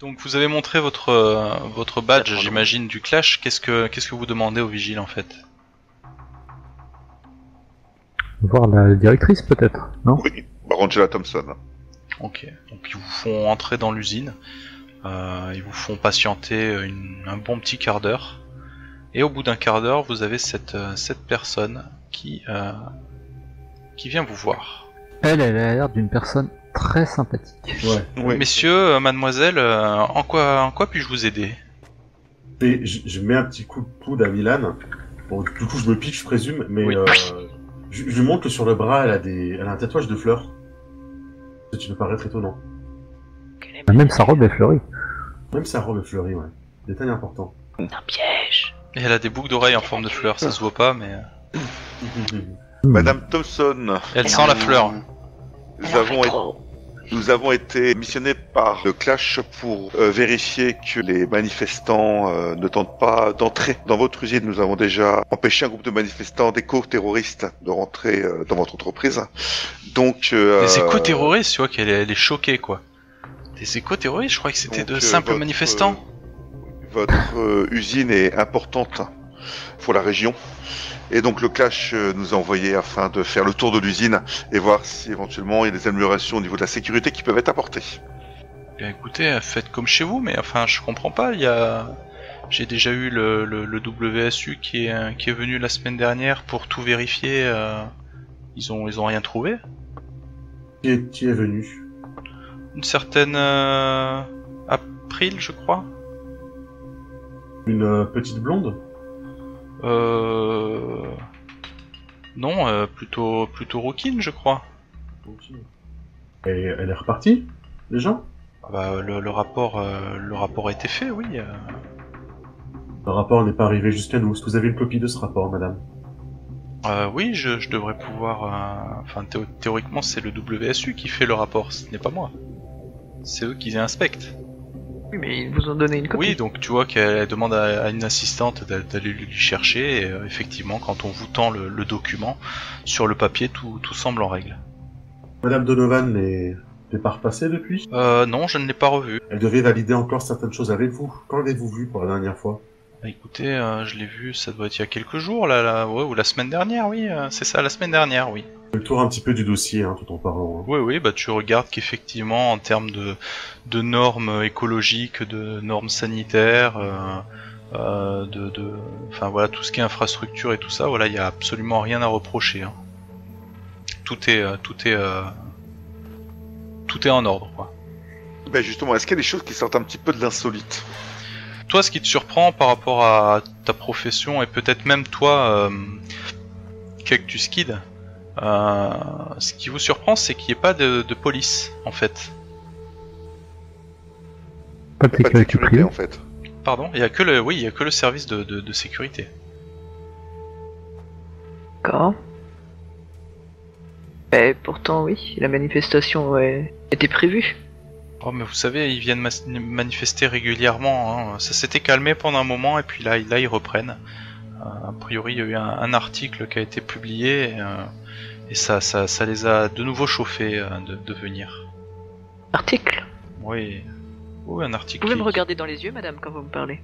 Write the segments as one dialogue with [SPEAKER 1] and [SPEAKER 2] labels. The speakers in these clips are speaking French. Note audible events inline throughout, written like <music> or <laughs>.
[SPEAKER 1] Donc vous avez montré votre euh, votre badge, j'imagine, du clash. Qu'est-ce que qu'est-ce que vous demandez au vigile en fait
[SPEAKER 2] Voir la directrice peut-être, non
[SPEAKER 3] Oui, Barangela Thompson.
[SPEAKER 1] Ok. Donc ils vous font entrer dans l'usine. Euh, ils vous font patienter une- un bon petit quart d'heure. Et au bout d'un quart d'heure, vous avez cette euh, cette personne qui euh, qui vient vous voir.
[SPEAKER 2] Elle, elle a l'air d'une personne très sympathique.
[SPEAKER 4] Ouais.
[SPEAKER 3] Oui.
[SPEAKER 1] Messieurs, euh, mademoiselle, euh, en quoi en quoi puis-je vous aider
[SPEAKER 4] Et je, je mets un petit coup de coude à Milan. Bon, du coup, je me pique, je présume, mais
[SPEAKER 1] Oui.
[SPEAKER 4] euh, je, je lui montre que sur le bras, elle a, des, elle a un tatouage de fleurs. Ça tu me paraît très étonnant.
[SPEAKER 5] Quelle est
[SPEAKER 2] Bah, Même sa robe est fleurie.
[SPEAKER 4] Même sa robe est fleurie, ouais. Détail important.
[SPEAKER 5] un piège.
[SPEAKER 1] Et elle a des boucles d'oreilles en forme de fleur, ça se voit pas, mais
[SPEAKER 2] Hmm,
[SPEAKER 3] Madame Thompson,
[SPEAKER 1] elle sent la fleur.
[SPEAKER 3] nous avons, été-
[SPEAKER 5] trop.
[SPEAKER 3] nous avons été missionnés par le Clash pour euh, vérifier que les manifestants euh, ne tentent pas d'entrer dans votre usine. Nous avons déjà empêché un groupe de manifestants d'éco-terroristes de rentrer euh, dans votre entreprise. Donc, euh,
[SPEAKER 1] Des éco-terroristes, tu vois qu'elle est, elle est choquée quoi. Des éco-terroristes, je croyais que c'était
[SPEAKER 3] donc,
[SPEAKER 1] de
[SPEAKER 3] euh,
[SPEAKER 1] simples
[SPEAKER 3] votre,
[SPEAKER 1] manifestants.
[SPEAKER 3] euh, votre euh, usine est importante pour la région. Et donc le Clash euh, nous a envoyé afin de faire le tour de l'usine et voir si éventuellement il y a des améliorations au niveau de la sécurité qui peuvent être apportées. euh,
[SPEAKER 1] Bien Eh, écoutez, faites comme chez vous, mais enfin je comprends pas, il y a... J'ai déjà eu le, le- le WSU qui est, qui est venu la semaine dernière pour tout vérifier. euh, Ils, ont, ils ont rien trouvé.
[SPEAKER 4] Qui est, qui est venu
[SPEAKER 1] Une certaine... euh, April, je crois.
[SPEAKER 4] Une euh, petite blonde
[SPEAKER 1] Euh... Non, euh, plutôt, plutôt Rookin, je crois.
[SPEAKER 4] Et elle est repartie Déjà
[SPEAKER 1] Ah Bah, le, le rapport, euh, le rapport a été fait, oui. euh.
[SPEAKER 4] Le rapport n'est pas arrivé jusqu'à nous. Est-ce que vous avez une copie de ce rapport, madame
[SPEAKER 1] Euh, oui, je, je devrais pouvoir. euh, Enfin, théo- théoriquement, c'est le WSU qui fait le rapport, ce n'est pas moi. C'est eux qui les inspectent.
[SPEAKER 5] Oui, mais ils vous ont donné une copie.
[SPEAKER 1] Oui, donc tu vois qu'elle demande à, à une assistante d'a- d'aller lui chercher, et euh, effectivement, quand on vous tend le, le document, sur le papier, tout, tout semble en règle.
[SPEAKER 4] Madame Donovan n'est n'est pas repassée depuis
[SPEAKER 1] Euh, non, je ne l'ai pas revu.
[SPEAKER 4] Elle devait valider encore certaines choses avec vous. Quand l'avez-vous vue pour la dernière fois
[SPEAKER 1] Bah, écoutez, euh, je l'ai vu, ça doit être il y a quelques jours, là, là ouais, ou la semaine dernière, oui, euh, c'est ça, la semaine dernière, oui.
[SPEAKER 4] Je fais Le tour un petit peu du dossier, hein, tout en parlant. hein.
[SPEAKER 1] Oui, oui, bah tu regardes qu'effectivement, en termes de, de normes écologiques, de normes sanitaires, euh, euh, de, de, enfin voilà, tout ce qui est infrastructure et tout ça, voilà, il y a absolument rien à reprocher. hein. Tout est, euh, tout est, euh, tout est en ordre. Quoi.
[SPEAKER 3] Ben justement, est-ce qu'il y a des choses qui sortent un petit peu de l'insolite
[SPEAKER 1] Toi, ce qui te surprend par rapport à ta profession et peut-être même toi, euh, Cactus Kid, euh, ce qui vous surprend, c'est qu'il n'y ait pas de, de police en fait.
[SPEAKER 2] Pas de
[SPEAKER 3] Pas de
[SPEAKER 2] sécurité
[SPEAKER 3] sécurité
[SPEAKER 2] privée.
[SPEAKER 3] en fait.
[SPEAKER 1] Pardon, il y a que le, oui, il y a que le service de, de, de sécurité.
[SPEAKER 5] D'accord. Et pourtant, oui, la manifestation ouais, était prévue.
[SPEAKER 1] Oh, mais vous savez, ils viennent mas- manifester régulièrement. hein. Ça s'était calmé pendant un moment et puis là, là ils reprennent. Euh, a priori, il y a eu un, un article qui a été publié et, euh, et ça, ça, ça les a de nouveau chauffés euh, de, de venir.
[SPEAKER 5] Article.
[SPEAKER 1] Oui, oui, un
[SPEAKER 5] Vous
[SPEAKER 1] article.
[SPEAKER 5] pouvez
[SPEAKER 1] qui-
[SPEAKER 5] me regarder dans les yeux, madame, quand vous me parlez.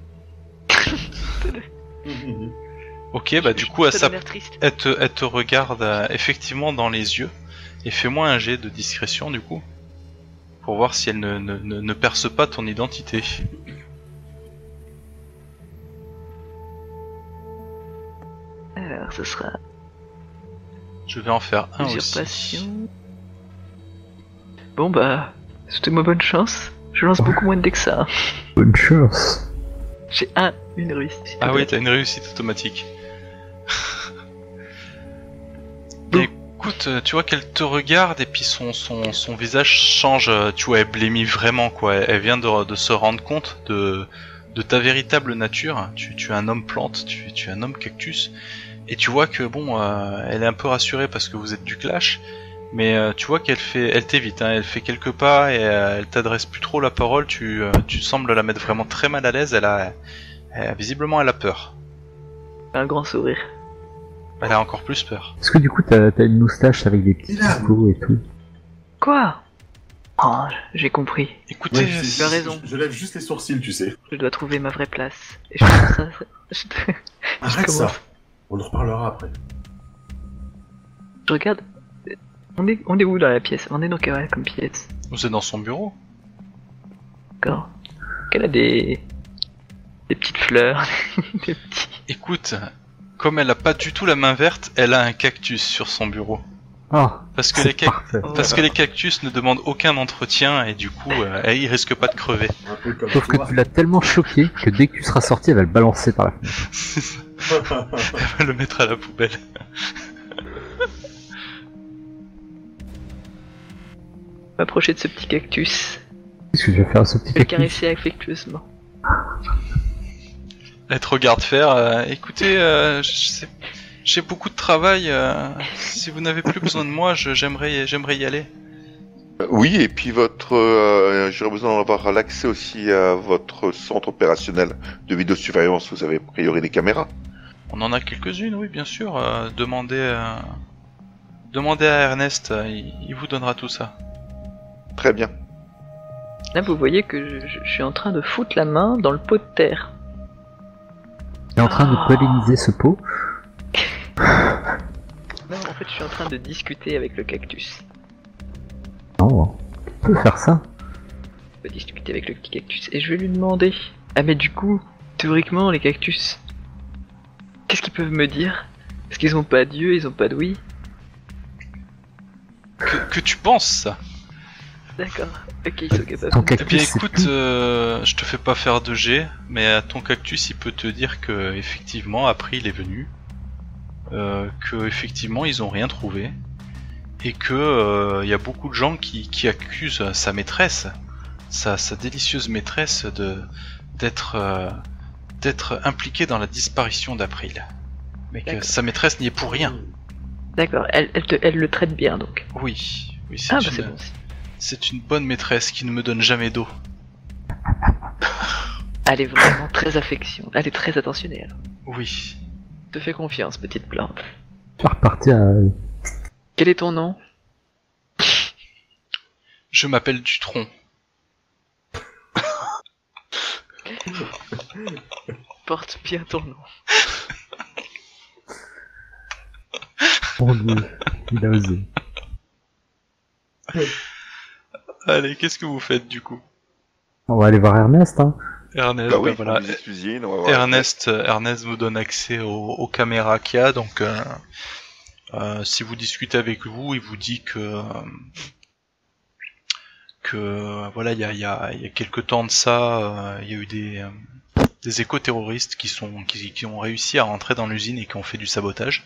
[SPEAKER 1] Ok, bah du coup, à
[SPEAKER 5] ça
[SPEAKER 1] sa
[SPEAKER 5] donne l'air triste.
[SPEAKER 1] Elle te, elle te regarde euh, effectivement dans les yeux et fais-moi un jet de discrétion du coup pour voir si elle ne, ne, ne- ne perce pas ton identité.
[SPEAKER 5] Alors, ce sera
[SPEAKER 1] Je vais en faire un
[SPEAKER 5] usurpation.
[SPEAKER 1] Ah, aussi.
[SPEAKER 5] Bon bah, souhaitez-moi bonne chance. Je lance beaucoup moins de dés que ça. hein.
[SPEAKER 2] Bonne chance.
[SPEAKER 5] J'ai un, une réussite.
[SPEAKER 1] Ah oui, t'as une réussite automatique.
[SPEAKER 5] Bon.
[SPEAKER 1] Bien, écoute, euh, tu vois qu'elle te regarde et puis son, son, son visage change. euh, Tu vois, elle blémit vraiment quoi. Elle elle vient de, de se rendre compte de, de ta véritable nature. Tu, tu es un homme plante, tu, tu es un homme cactus. Et tu vois que bon, euh, elle est un peu rassurée parce que vous êtes du clash. Mais euh, tu vois qu'elle fait, elle t'évite. hein, elle fait quelques pas et euh, elle t'adresse plus trop la parole. Tu, euh, tu sembles la mettre vraiment très mal à l'aise. Elle a, elle- visiblement, elle a peur.
[SPEAKER 5] Un grand sourire.
[SPEAKER 1] Elle a encore plus peur.
[SPEAKER 2] Est-ce que du coup t'as t'as une moustache avec des petits
[SPEAKER 4] Milan
[SPEAKER 2] picots et tout
[SPEAKER 5] Quoi Ah, j'ai compris.
[SPEAKER 1] Écoutez,
[SPEAKER 4] Ouais,
[SPEAKER 5] tu as raison.
[SPEAKER 4] Je, je lève juste les sourcils, tu sais.
[SPEAKER 5] Je dois trouver ma vraie place. Et je commence à- <laughs> je-
[SPEAKER 4] Arrête
[SPEAKER 5] Comment
[SPEAKER 4] ça. On en reparlera après.
[SPEAKER 5] je regarde. On est, on est où dans la pièce On est dans quelle comme pièce
[SPEAKER 1] vous êtes dans son bureau.
[SPEAKER 5] D'accord. Qu'elle a des... des petites fleurs, <laughs> des petits...
[SPEAKER 1] Écoute, comme elle a pas du tout la main verte, elle a un cactus sur son bureau.
[SPEAKER 2] Ah,
[SPEAKER 1] Parce que les,
[SPEAKER 2] c'est
[SPEAKER 1] cac-
[SPEAKER 2] parfait.
[SPEAKER 1] parce que les cactus ne demandent aucun entretien et du coup, euh, elle, ils risquent pas de crever. <laughs>
[SPEAKER 4] Un peu comme
[SPEAKER 2] Sauf que
[SPEAKER 4] toi.
[SPEAKER 2] tu l'as tellement choqué que dès que tu seras sorti, elle va le balancer par la fenêtre.
[SPEAKER 1] elle va le mettre à la poubelle.
[SPEAKER 5] m'approcher de ce petit cactus,
[SPEAKER 2] Qu'est-ce que je vais faire à ce petit
[SPEAKER 5] le
[SPEAKER 2] cactus
[SPEAKER 5] caresser affectueusement.
[SPEAKER 1] Elle te regarde faire. euh, écoutez, euh, je sais- j'ai beaucoup de travail. euh, si vous n'avez plus besoin de moi, je- j'aimerais j'aimerais y aller.
[SPEAKER 3] Euh, Oui, et puis votre, euh, j'aurais besoin d'avoir l'accès aussi à votre centre opérationnel de vidéosurveillance. Vous avez a priori des caméras.
[SPEAKER 1] On en a quelques-unes, oui, bien sûr. Euh, demandez, euh, demandez à Ernest, euh, il, il vous donnera tout ça.
[SPEAKER 3] Très bien.
[SPEAKER 5] Là, vous voyez que je, je- je suis en train de foutre la main dans le pot de terre.
[SPEAKER 2] Tu es en train de polliniser ce pot.
[SPEAKER 5] Non, en fait, je suis en train de discuter avec le cactus.
[SPEAKER 2] Non, tu peux faire ça.
[SPEAKER 5] Je vais discuter avec le petit cactus et je vais lui demander. Ah, mais du coup, théoriquement, les cactus, qu'est-ce qu'ils peuvent me dire Parce qu'ils ont pas d'yeux, ils ont pas de oui.
[SPEAKER 1] Que, que tu penses ça
[SPEAKER 5] D'accord, ok, ils sont capables.
[SPEAKER 2] Ton
[SPEAKER 1] Eh bien,
[SPEAKER 2] cactus, c'est
[SPEAKER 1] écoute, euh, je te fais pas faire de G, mais à ton cactus, il peut te dire que effectivement, après, il est venu, euh, que effectivement, ils ont rien trouvé, et que euh, il y a beaucoup de gens qui, qui accusent sa maîtresse, sa, sa délicieuse maîtresse, de d'être euh, d'être impliquée dans la disparition d'April, mais que
[SPEAKER 5] D'accord.
[SPEAKER 1] sa maîtresse n'y est pour rien.
[SPEAKER 5] D'accord, elle, elle, te- elle le traite bien donc.
[SPEAKER 1] Oui, oui, c'est
[SPEAKER 5] Ah, bah
[SPEAKER 1] une,
[SPEAKER 5] c'est bon. c'est-
[SPEAKER 1] c'est une bonne maîtresse qui ne me donne jamais d'eau.
[SPEAKER 5] Elle est vraiment très affection, elle est très attentionnée. alors.
[SPEAKER 1] Oui.
[SPEAKER 5] Je te fais confiance, petite plante.
[SPEAKER 2] tu vas repartir à...
[SPEAKER 5] Quel est ton nom
[SPEAKER 1] Je m'appelle Dutron.
[SPEAKER 5] Porte bien ton nom.
[SPEAKER 2] Mon dieu, il a osé.
[SPEAKER 1] Allez, qu'est-ce que vous faites du coup
[SPEAKER 2] On va aller voir Ernest, hein.
[SPEAKER 1] Ernest,
[SPEAKER 3] Bah oui,
[SPEAKER 1] bah voilà.
[SPEAKER 3] vous êtes fusillés, on va voir.
[SPEAKER 1] Ernest, euh, Ernest vous donne accès aux, aux caméras qu'il y a, donc euh, euh, si vous discutez avec vous, il vous dit que euh, que euh, voilà, il y a, il y, a, il y a quelques temps de ça, euh, il y a eu des euh, des éco-terroristes qui sont qui, qui ont réussi à rentrer dans l'usine et qui ont fait du sabotage,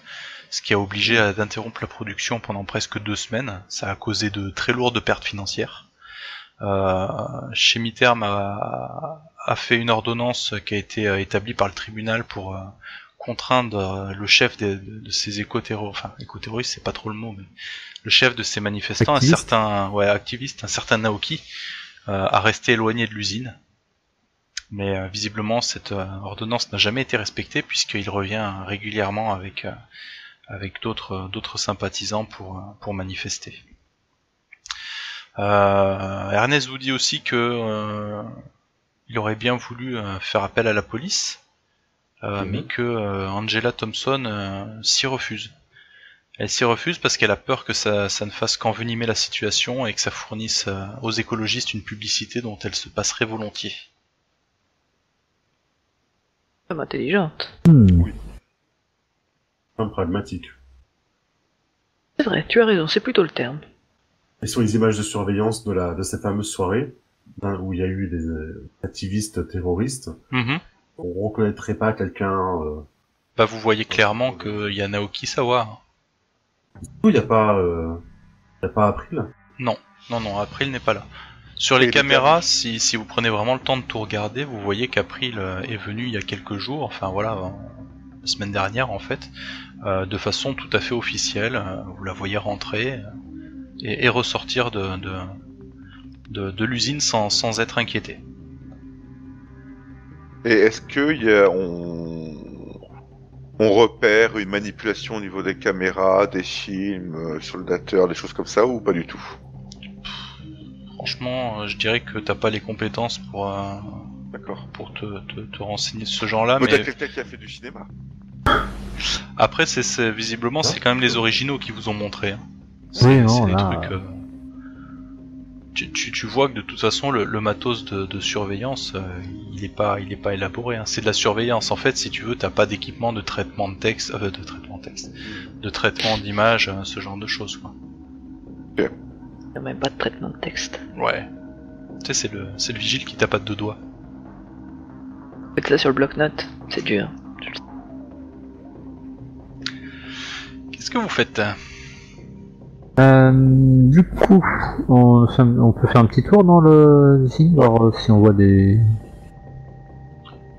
[SPEAKER 1] ce qui a obligé à interrompre la production pendant presque deux semaines. Ça a causé de très lourdes pertes financières. Euh, Chemitherm a, a fait une ordonnance qui a été euh, établie par le tribunal pour euh, contraindre euh, le chef des- de, de ces éco-terroristes, enfin éco-terroristes, c'est pas trop le mot, mais le chef de ces manifestants,
[SPEAKER 2] Activiste.
[SPEAKER 1] un certain ouais, activiste, un certain Naoki, euh, à rester éloigné de l'usine. Mais euh, visiblement, cette euh, ordonnance n'a jamais été respectée puisqu'il revient régulièrement avec euh, avec d'autres euh, d'autres sympathisants pour euh, pour manifester. Euh, Ernest vous dit aussi que euh, il aurait bien voulu euh, faire appel à la police, euh,
[SPEAKER 4] Mhm.
[SPEAKER 1] mais que euh, Angela Thompson euh, s'y refuse. Elle s'y refuse parce qu'elle a peur que ça, ça ne fasse qu'envenimer la situation et que ça fournisse euh, aux écologistes une publicité dont elle se passerait volontiers.
[SPEAKER 5] Femme intelligente.
[SPEAKER 2] Hmm.
[SPEAKER 4] <laughs> Un pragmatique.
[SPEAKER 5] C'est vrai, tu as raison, c'est plutôt le terme.
[SPEAKER 4] Et sur les images de surveillance de, la, de cette fameuse soirée, hein, où il y a eu des euh, activistes terroristes,
[SPEAKER 1] Mhm.
[SPEAKER 4] on reconnaîtrait pas quelqu'un... euh,
[SPEAKER 1] Bah vous voyez clairement qu'il y a Naoki hein. Sawa.
[SPEAKER 4] Il n'y a pas... Euh... Il y a pas April
[SPEAKER 1] Non non, April n'est pas là. Sur les
[SPEAKER 3] Et les
[SPEAKER 1] caméras,
[SPEAKER 3] caméras.
[SPEAKER 1] si, si vous prenez vraiment le temps de tout regarder, vous voyez qu'April euh, est venu il y a quelques jours, enfin voilà, en- la semaine dernière en fait, euh, de façon tout à fait officielle. Euh, Vous la voyez rentrer euh, et, et ressortir de, de, de, de l'usine sans, sans être inquiété.
[SPEAKER 3] Et est-ce que il y a, on... on repère une manipulation au niveau des camératés, des films, euh, sur le dateur, des choses comme ça, ou pas du tout
[SPEAKER 1] Franchement, euh, je dirais que t'as pas les compétences pour, euh,
[SPEAKER 3] D'accord.
[SPEAKER 1] pour te, te, te renseigner de ce genre-là,
[SPEAKER 3] Peut-être
[SPEAKER 1] Ah, mais
[SPEAKER 3] quelqu'un qui a fait du cinéma.
[SPEAKER 1] après, c'est, c'est- visiblement, c'est quand même les originaux qui vous ont montré. hein.
[SPEAKER 2] Oui, non,
[SPEAKER 1] des
[SPEAKER 2] là,
[SPEAKER 1] trucs, euh, Tu, tu, tu vois que de toute façon, le, le matos de, de surveillance, euh, il est pas, il est pas élaboré. hein. C'est de la surveillance. En fait, si tu veux, t'as pas d'équipement de traitement de texte, euh, de traitement de texte, de traitement d'image, euh, ce genre de choses, quoi.
[SPEAKER 5] Il n'y a même pas de traitement de texte.
[SPEAKER 1] Ouais. Tu sais, c'est le, c'est le vigile qui tape à deux doigts.
[SPEAKER 5] Faites ça sur le bloc-notes, c'est dur.
[SPEAKER 1] Qu'est-ce que vous faites hein
[SPEAKER 2] Euh, du coup, on, fait un- on peut faire un petit tour dans le ici, voir euh, si on voit des.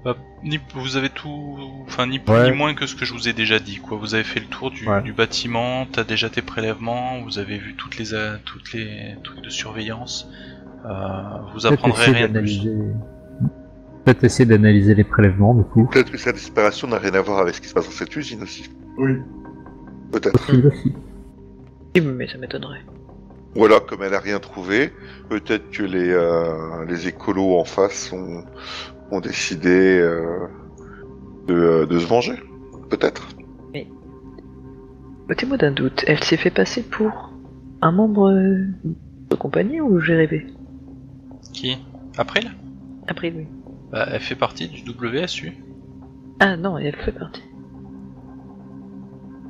[SPEAKER 1] Bah, ni- Vous avez tout, enfin ni plus
[SPEAKER 2] Ouais.
[SPEAKER 1] ni moins que ce que je vous ai déjà dit. Quoi, vous avez fait le tour du,
[SPEAKER 2] Ouais.
[SPEAKER 1] du bâtiment, t'as déjà tes prélèvements, vous avez vu toutes les euh, toutes les trucs de surveillance. Euh, vous
[SPEAKER 2] Peut-être
[SPEAKER 1] apprendrez
[SPEAKER 2] essayer
[SPEAKER 1] rien de plus.
[SPEAKER 2] d'analyser. Peut-être essayer d'analyser les prélèvements du coup.
[SPEAKER 3] Peut-être que sa disparition n'a rien à voir avec ce qui se passe dans cette usine aussi.
[SPEAKER 4] Oui.
[SPEAKER 3] Peut-être.
[SPEAKER 2] Possible aussi.
[SPEAKER 5] Oui, mais ça m'étonnerait.
[SPEAKER 3] Ou alors, comme elle n'a rien trouvé, peut-être que les, euh, les écolos en face ont, ont décidé euh, de, euh, de se venger. Peut-être.
[SPEAKER 5] Notez-moi d'un doute, elle s'est fait passer pour un membre euh, de compagnie ou j'ai rêvé
[SPEAKER 1] Qui April
[SPEAKER 5] Après lui.
[SPEAKER 1] Bah, Elle fait partie du WSU.
[SPEAKER 5] Ah non, elle fait partie.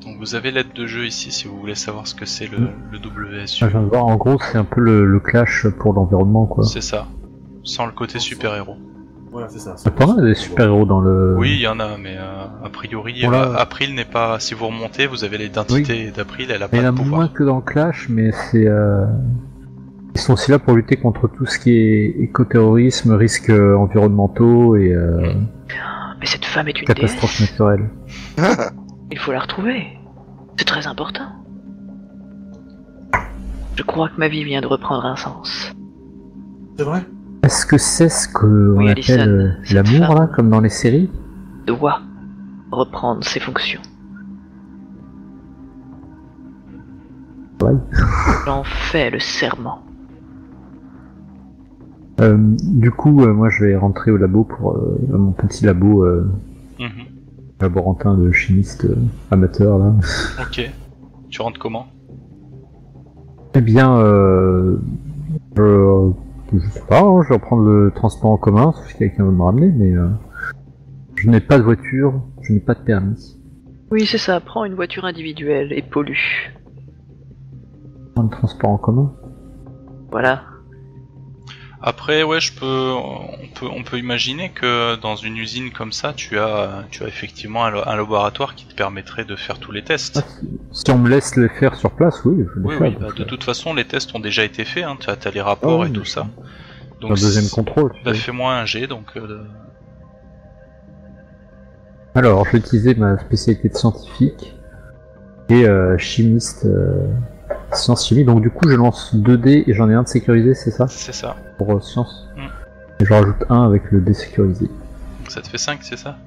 [SPEAKER 1] Donc vous avez l'aide de jeu ici si vous voulez savoir ce que c'est le, le WSU.
[SPEAKER 2] Ah, je viens de voir, en gros, c'est un peu le, le clash pour l'environnement quoi.
[SPEAKER 1] C'est ça. Sans le côté super héros.
[SPEAKER 4] Voilà, c'est ça.
[SPEAKER 2] Il y en a des super héros dans le.
[SPEAKER 1] Oui, il y en a, mais euh, a priori,
[SPEAKER 2] Bon, là-
[SPEAKER 1] euh, April n'est pas. Si vous remontez, vous avez l'identité d'April, elle a
[SPEAKER 2] Mais
[SPEAKER 1] pas
[SPEAKER 2] il y
[SPEAKER 1] de
[SPEAKER 2] en a
[SPEAKER 1] pouvoir.
[SPEAKER 2] moins que dans le clash, mais c'est. euh, Ils sont aussi là pour lutter contre tout ce qui est écoterrorisme, risques euh, environnementaux et euh,
[SPEAKER 5] Ah, Mais cette femme est une
[SPEAKER 2] catastrophes
[SPEAKER 5] déesse.
[SPEAKER 2] naturelles.
[SPEAKER 5] Il faut la retrouver. C'est très important. Je crois que ma vie vient de reprendre un sens.
[SPEAKER 4] C'est vrai
[SPEAKER 2] Est-ce que c'est ce qu'on
[SPEAKER 5] Oui, Alison,
[SPEAKER 2] appelle euh,
[SPEAKER 5] cette
[SPEAKER 2] l'amour,
[SPEAKER 5] femme.
[SPEAKER 2] là, comme dans les séries
[SPEAKER 5] Doit reprendre ses fonctions.
[SPEAKER 2] Ouais.
[SPEAKER 5] J'en fais le serment.
[SPEAKER 2] Euh, Du coup, euh, moi, je vais rentrer au labo pour euh, à mon petit labo euh,
[SPEAKER 1] Mhm.
[SPEAKER 2] laborantin de chimiste euh, amateur, là. <laughs>
[SPEAKER 1] Ok. Tu rentres comment
[SPEAKER 2] Eh bien, euh, je, je sais pas, hein, je vais reprendre le transport en commun, sauf si quelqu'un veut me ramener, mais euh, je n'ai pas de voiture, je n'ai pas de permis.
[SPEAKER 5] Oui, c'est ça. Prends une voiture individuelle et pollue.
[SPEAKER 2] Prendre le transport en commun
[SPEAKER 5] Voilà.
[SPEAKER 1] Après, ouais, je peux, on peut, on peut imaginer que dans une usine comme ça, tu as, tu as effectivement un, lo- un laboratoire qui te permettrait de faire tous les tests.
[SPEAKER 2] Ah, Si on me laisse les faire sur place, oui, je vais
[SPEAKER 1] Oui,
[SPEAKER 2] les faire.
[SPEAKER 1] oui. bah,
[SPEAKER 2] donc,
[SPEAKER 1] de
[SPEAKER 2] euh,
[SPEAKER 1] toute façon, les tests ont déjà été faits. Hein. Tu as, t'as les rapports
[SPEAKER 2] Ah oui,
[SPEAKER 1] et tout
[SPEAKER 2] mais-
[SPEAKER 1] ça.
[SPEAKER 2] un
[SPEAKER 1] Donc,
[SPEAKER 2] deuxième
[SPEAKER 1] c'est-
[SPEAKER 2] contrôle. tu
[SPEAKER 1] bah,
[SPEAKER 2] sais.
[SPEAKER 1] fais-moi un G, donc. euh,
[SPEAKER 2] Alors, je vais utiliser ma spécialité de scientifique et euh, chimiste, euh, science chimie. Donc du coup, je lance 2 dés et j'en ai un de sécurisé, c'est ça
[SPEAKER 1] c'est ça.
[SPEAKER 2] Pour euh, science.
[SPEAKER 1] Mm.
[SPEAKER 2] Et je rajoute un avec le dé sécurisé.
[SPEAKER 1] Donc, ça te fait 5, c'est ça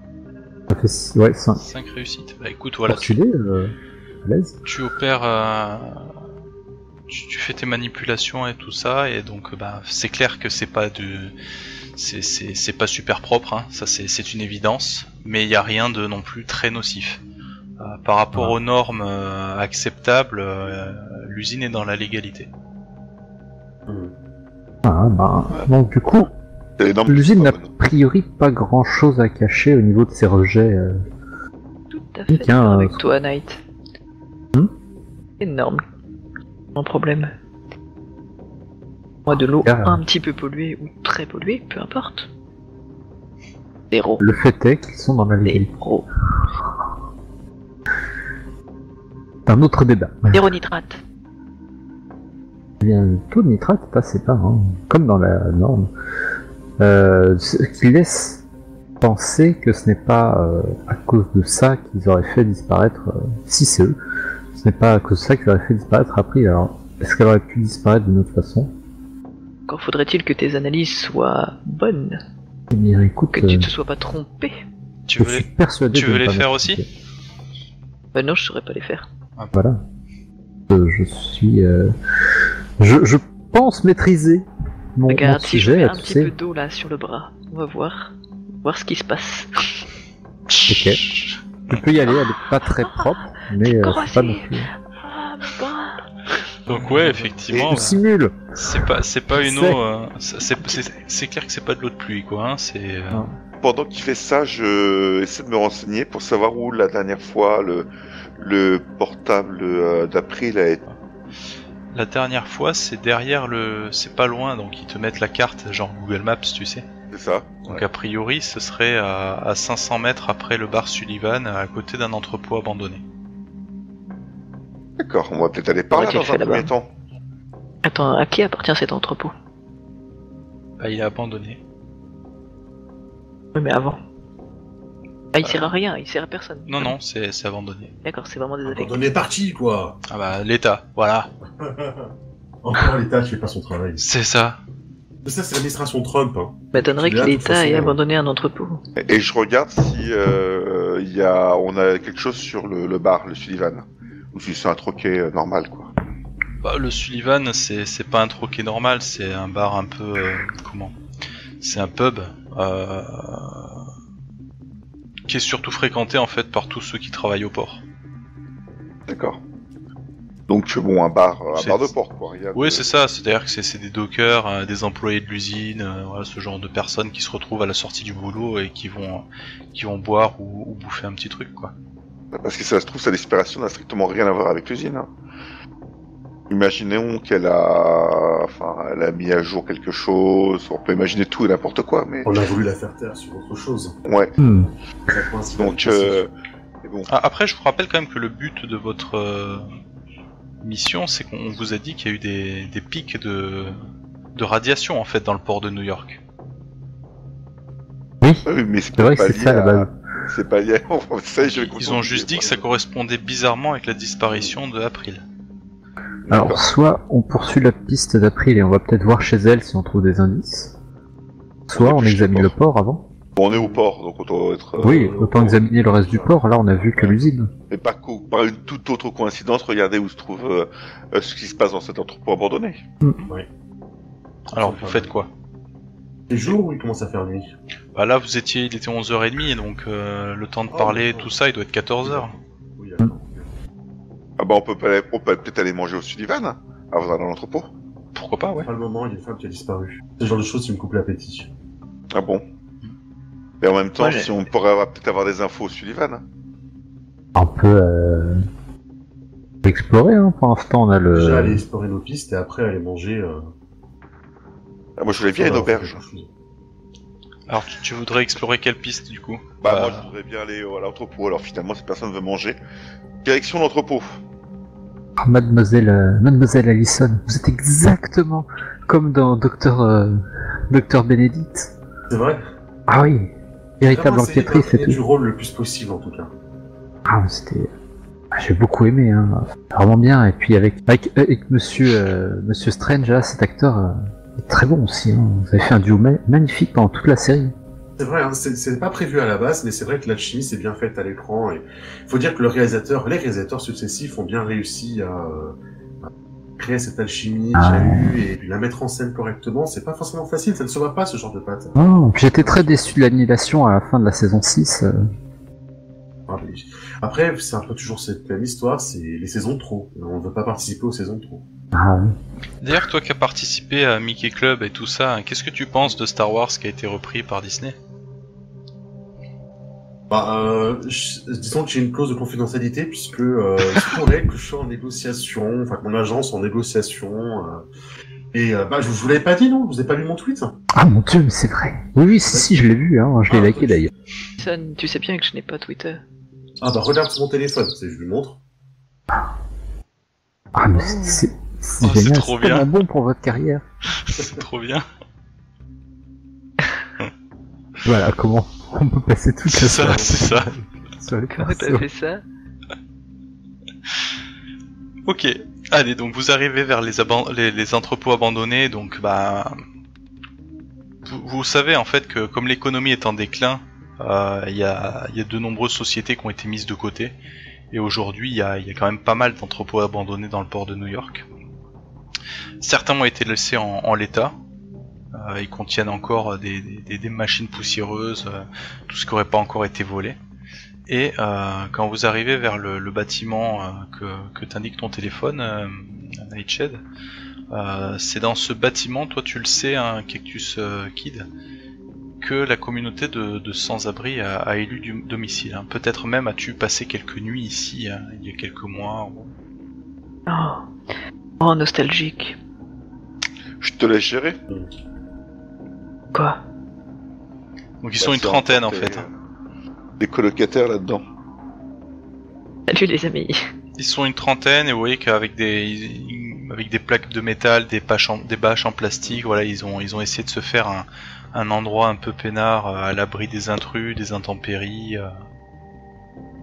[SPEAKER 2] Ça fait six- ouais, 5.
[SPEAKER 1] 5 réussites. Bah écoute, voilà, tu,
[SPEAKER 2] Portugais, euh, à l'aise.
[SPEAKER 1] tu opères, euh, tu, tu fais tes manipulations et tout ça, et donc bah c'est clair que c'est pas de, c'est c'est c'est pas super propre, hein, ça c'est c'est une évidence, mais il y a rien de non plus très nocif. Euh, par rapport
[SPEAKER 2] Ah.
[SPEAKER 1] aux normes euh, acceptables, euh, l'usine est dans la légalité.
[SPEAKER 4] Mmh.
[SPEAKER 2] Ah, bah, donc du coup,
[SPEAKER 3] C'est l'énorme
[SPEAKER 2] l'usine n'a a
[SPEAKER 3] Superman.
[SPEAKER 2] priori pas grand chose à cacher au niveau de ses rejets. euh.
[SPEAKER 5] Tout à
[SPEAKER 2] Oui,
[SPEAKER 5] fait
[SPEAKER 2] tiens,
[SPEAKER 5] d'accord
[SPEAKER 2] euh,
[SPEAKER 5] avec toi, Knight.
[SPEAKER 2] Hmm
[SPEAKER 5] Énorme. Mon problème. Moi, de l'eau
[SPEAKER 2] Ah.
[SPEAKER 5] un petit peu polluée ou très polluée, peu importe. Zéro.
[SPEAKER 2] Le fait est qu'ils sont dans la légalité.
[SPEAKER 5] Zéro.
[SPEAKER 2] C'est un autre débat.
[SPEAKER 5] Zéro nitrate.
[SPEAKER 2] Eh bien, le taux de nitrate est assez bas, hein, comme dans la norme. Euh, ce qui laisse penser que ce n'est pas euh, à cause de ça qu'ils auraient fait disparaître, euh, si c'est eux, ce n'est pas à cause de ça qu'ils auraient fait disparaître April. Alors, est-ce qu'elle aurait pu disparaître d'une autre façon
[SPEAKER 5] Encore faudrait-il que tes analyses soient bonnes,
[SPEAKER 2] Eh bien, écoute,
[SPEAKER 5] que
[SPEAKER 2] euh,
[SPEAKER 5] tu ne te sois pas trompé.
[SPEAKER 1] Tu
[SPEAKER 2] je
[SPEAKER 1] veux
[SPEAKER 2] suis
[SPEAKER 1] les-
[SPEAKER 2] persuadé
[SPEAKER 1] tu
[SPEAKER 2] de
[SPEAKER 1] veux
[SPEAKER 2] ne
[SPEAKER 1] les
[SPEAKER 2] pas
[SPEAKER 1] faire
[SPEAKER 2] m'être
[SPEAKER 1] aussi
[SPEAKER 2] trompé.
[SPEAKER 5] Bah non, je saurais pas les faire.
[SPEAKER 2] Voilà. Euh, je suis. euh, Je, je pense maîtriser mon, mon
[SPEAKER 5] Regarde, si je mets
[SPEAKER 2] sujet,
[SPEAKER 5] un
[SPEAKER 2] tu
[SPEAKER 5] petit
[SPEAKER 2] sais.
[SPEAKER 5] peu d'eau là sur le bras, on va voir, voir ce qui se passe.
[SPEAKER 1] Chut.
[SPEAKER 2] Tu peux y aller, elle est pas
[SPEAKER 5] <laughs>
[SPEAKER 2] très propre, mais euh, c'est pas non plus.
[SPEAKER 5] Ah, mon bras
[SPEAKER 1] Donc ouais,
[SPEAKER 2] Tu
[SPEAKER 1] effectivement,
[SPEAKER 2] simules
[SPEAKER 1] c'est pas c'est pas une
[SPEAKER 2] C'est-
[SPEAKER 1] eau. euh, c'est- c'est- c'est c'est clair que c'est pas de l'eau de pluie quoi. hein, c'est euh,
[SPEAKER 2] Non.
[SPEAKER 3] Pendant qu'il fait ça, je essaie de me renseigner pour savoir où la dernière fois le, le portable euh, d'April a été.
[SPEAKER 1] la dernière fois, c'est derrière le, c'est pas loin, donc ils te mettent la carte genre Google Maps, tu sais.
[SPEAKER 3] C'est ça
[SPEAKER 1] Donc a priori, ce serait à, à 500 mètres après le bar Sullivan, à côté d'un entrepôt abandonné.
[SPEAKER 3] D'accord, on va peut-être aller par
[SPEAKER 5] Ouais,
[SPEAKER 3] là
[SPEAKER 5] qu'elle
[SPEAKER 3] dans un
[SPEAKER 5] fait là-bas.
[SPEAKER 3] premier temps.
[SPEAKER 5] Attends, à qui appartient cet entrepôt
[SPEAKER 1] Bah, il est abandonné.
[SPEAKER 5] Oui, mais avant. Ah, il sert à rien, il sert à personne.
[SPEAKER 1] Non non, c'est c'est abandonné.
[SPEAKER 5] D'accord, c'est vraiment des
[SPEAKER 4] Quand
[SPEAKER 5] affects.
[SPEAKER 4] on est parti, quoi
[SPEAKER 1] Ah bah l'État, voilà.
[SPEAKER 4] Encore l'État qui fait pas son travail.
[SPEAKER 1] C'est ça.
[SPEAKER 4] Mais ça, c'est l'administration Trump, hein.
[SPEAKER 5] m'étonnerait que
[SPEAKER 4] Là, de toute
[SPEAKER 5] l'État
[SPEAKER 4] façon,
[SPEAKER 5] ait
[SPEAKER 4] euh,
[SPEAKER 5] abandonné un entrepôt.
[SPEAKER 3] Et, et je regarde si euh, il y a, on a quelque chose sur le, le bar, le Sullivan. Ou si c'est un troquet euh, normal, quoi.
[SPEAKER 1] Bah, le Sullivan, c'est c'est pas un troquet normal, c'est un bar un peu euh, comment C'est un pub euh, qui est surtout fréquenté en fait par tous ceux qui travaillent au port.
[SPEAKER 3] D'accord. Donc, bon, un bar, euh, un
[SPEAKER 1] C'est-
[SPEAKER 3] bar de porc, quoi. Rien
[SPEAKER 1] Oui,
[SPEAKER 3] de-
[SPEAKER 1] c'est ça. C'est-à-dire que c'est- c'est des dockers, euh, des employés de l'usine, euh, voilà, ce genre de personnes qui se retrouvent à la sortie du boulot et qui vont qui vont boire ou, ou bouffer un petit truc quoi.
[SPEAKER 3] Parce que ça se trouve, sa disparition n'a strictement rien à voir avec l'usine. hein. Imaginons qu'elle a... Enfin, elle a mis à jour quelque chose, on peut imaginer tout et n'importe quoi, mais...
[SPEAKER 4] On a voulu la faire taire sur autre chose.
[SPEAKER 3] Ouais,
[SPEAKER 2] Hmm.
[SPEAKER 4] La principale
[SPEAKER 3] donc...
[SPEAKER 4] question.
[SPEAKER 3] euh, mais bon, <laughs>
[SPEAKER 1] Ah, après, je vous rappelle quand même que le but de votre euh, mission, c'est qu'on vous a dit qu'il y a eu des, des pics de, de radiation en fait dans le port de New York.
[SPEAKER 2] Oui,
[SPEAKER 3] oui, mais c'est
[SPEAKER 2] c'est vrai que
[SPEAKER 3] pas
[SPEAKER 2] c'est
[SPEAKER 3] lié
[SPEAKER 2] ça la
[SPEAKER 3] à-
[SPEAKER 2] base.
[SPEAKER 3] C'est pas lié. à- <laughs> ça, je vais
[SPEAKER 1] Ils ont juste dit que ça correspondait bizarrement avec la disparition de April.
[SPEAKER 2] Alors, soit on poursuit la piste d'April et on va peut-être voir chez elle si on trouve des indices. Soit on
[SPEAKER 3] Je sais
[SPEAKER 2] examine
[SPEAKER 3] pas.
[SPEAKER 2] le port avant.
[SPEAKER 3] Bon, on est au port, donc on doit être... euh,
[SPEAKER 2] oui,
[SPEAKER 4] le
[SPEAKER 2] autant
[SPEAKER 4] port.
[SPEAKER 2] examiner le reste du port. Là, on a vu que l'usine.
[SPEAKER 3] Mais pas, co- par une toute autre coïncidence, regardez où se trouve euh, euh, ce qui se passe dans cet entrepôt abandonné.
[SPEAKER 4] Ah,
[SPEAKER 1] Alors, vous faites quoi
[SPEAKER 4] Les jours où il commence à faire nuit.
[SPEAKER 1] Bah là, vous étiez, il était 11h30, donc euh, le temps de
[SPEAKER 4] Oh,
[SPEAKER 1] parler,
[SPEAKER 4] ouais.
[SPEAKER 1] tout ça, il doit être 14h.
[SPEAKER 4] Oui, alors.
[SPEAKER 3] Ah bah, on peut, pas aller- on peut peut-être aller manger au Sullivan, hein, avant d'aller à l'entrepôt.
[SPEAKER 1] Pourquoi pas, ouais.
[SPEAKER 4] Pas le moment, il y a une femme qui a disparu. C'est le genre de choses qui me coupe l'appétit.
[SPEAKER 3] Ah bon Et en même temps,
[SPEAKER 5] Ouais, j'ai-
[SPEAKER 3] si on pourrait avoir- peut-être avoir des infos au Sullivan.
[SPEAKER 2] On peut euh, explorer. Hein. Pour l'instant, on a le.
[SPEAKER 4] Déjà, aller explorer nos pistes et après aller manger. Euh,
[SPEAKER 3] Ah, moi, je voulais bien
[SPEAKER 4] sur
[SPEAKER 3] une
[SPEAKER 4] la-
[SPEAKER 3] auberge.
[SPEAKER 1] Alors, tu, tu voudrais explorer quelle piste du coup
[SPEAKER 3] Bah,
[SPEAKER 1] Bah,
[SPEAKER 3] moi, je voudrais bien aller euh, à l'entrepôt. Alors, finalement, si personne veut manger, direction l'entrepôt.
[SPEAKER 2] Ah, Mademoiselle, euh, Mademoiselle Allison, vous êtes exactement comme dans Docteur euh, Docteur Benedict.
[SPEAKER 4] C'est vrai.
[SPEAKER 2] Ah oui, véritable
[SPEAKER 4] Vraiment essayer
[SPEAKER 2] enquêtrice et
[SPEAKER 4] d'imprégner du
[SPEAKER 2] tout.
[SPEAKER 4] rôle le plus possible en tout cas.
[SPEAKER 2] Ah, mais c'était, ah, j'ai beaucoup aimé, hein. vraiment bien. Et puis avec avec, avec Monsieur euh, Monsieur Strange, là, cet acteur euh, est très bon aussi. hein. Vous avez fait un duo ma- magnifique pendant toute la série.
[SPEAKER 4] C'est vrai, hein, c'est- c'est pas prévu à la base, mais c'est vrai que l'alchimie c'est bien faite à l'écran. Et faut dire que le réalisateur, les réalisateurs successifs ont bien réussi à, euh, à créer cette alchimie qu'il y a eu et puis la mettre en scène correctement. C'est pas forcément facile, ça ne se voit pas ce genre de pâte.
[SPEAKER 2] Oh, puis j'étais très déçu de l'annulation à la fin de la saison 6. euh.
[SPEAKER 4] Ah, mais- Après, c'est un peu toujours cette même histoire, c'est les saisons trop. On ne veut pas participer aux saisons trop.
[SPEAKER 2] Ah, oui.
[SPEAKER 1] D'ailleurs, toi qui as participé à Mickey Club et tout ça, hein, qu'est-ce que tu penses de Star Wars qui a été repris par Disney <laughs>
[SPEAKER 4] Bah, euh, je- disons que j'ai une clause de confidentialité puisque euh, il se pourrait que je sois en négociation, enfin que mon agence en négociation. euh, et euh, bah, je vous l'avais pas dit non, vous avez pas lu mon tweet.
[SPEAKER 2] Ah, mon dieu, mais c'est vrai. Oui, oui, si, si, je l'ai vu, hein. je l'ai
[SPEAKER 4] Ah,
[SPEAKER 2] liké
[SPEAKER 4] oui.
[SPEAKER 2] d'ailleurs.
[SPEAKER 5] Jason, tu sais bien que je n'ai pas Twitter.
[SPEAKER 4] Ah bah regarde sur mon téléphone, c'est je lui montre.
[SPEAKER 2] Ah, mais c'est- c'est c'est
[SPEAKER 1] Oh, c'est
[SPEAKER 2] génial,
[SPEAKER 1] trop
[SPEAKER 2] c'est tellement
[SPEAKER 1] bien.
[SPEAKER 2] bon pour votre carrière.
[SPEAKER 1] C'est trop bien.
[SPEAKER 2] Voilà comment on peut passer toute
[SPEAKER 1] C'est
[SPEAKER 2] la
[SPEAKER 1] ça,
[SPEAKER 2] soirée
[SPEAKER 1] c'est ça.
[SPEAKER 2] sur
[SPEAKER 5] <laughs>
[SPEAKER 2] les
[SPEAKER 5] Comment t'as
[SPEAKER 2] persos.
[SPEAKER 5] fait ça
[SPEAKER 1] Ok. Allez, donc vous arrivez vers les, aban- les, les entrepôts abandonnés, donc bah. Vous, vous savez en fait que comme l'économie est en déclin, euh, il y, a, il y a de nombreuses sociétés qui ont été mises de côté. Et aujourd'hui, il y a, il y a quand même pas mal d'entrepôts abandonnés dans le port de New York. Certains ont été laissés en, en l'état, Euh, ils contiennent encore euh, des, des- des- des machines poussiéreuses, euh, tout ce qui n'aurait pas encore été volé. Et euh, quand vous arrivez vers le, le bâtiment euh, que, que t'indique ton téléphone, euh, Nightshade, euh, c'est dans ce bâtiment, toi tu le sais, hein, Cactus euh, Kid, que la communauté de, de sans-abri a, a élu du domicile. hein. Peut-être même as-tu passé quelques nuits ici hein, il y a quelques mois. ou-
[SPEAKER 5] Oh, oh nostalgique.
[SPEAKER 3] Je te laisse gérer.
[SPEAKER 5] Quoi
[SPEAKER 1] Donc ils sont
[SPEAKER 3] Bah,
[SPEAKER 1] une
[SPEAKER 3] c'est
[SPEAKER 1] trentaine en
[SPEAKER 3] tes-
[SPEAKER 1] fait. hein.
[SPEAKER 3] Des colocataires là-dedans.
[SPEAKER 5] Salut les amis.
[SPEAKER 1] Ils sont une trentaine et vous voyez qu'avec des avec des plaques de métal, des bâches en, des bâches en plastique, voilà, ils ont ils ont essayé de se faire un, un endroit un peu peinard euh, à l'abri des intrus, des intempéries. euh.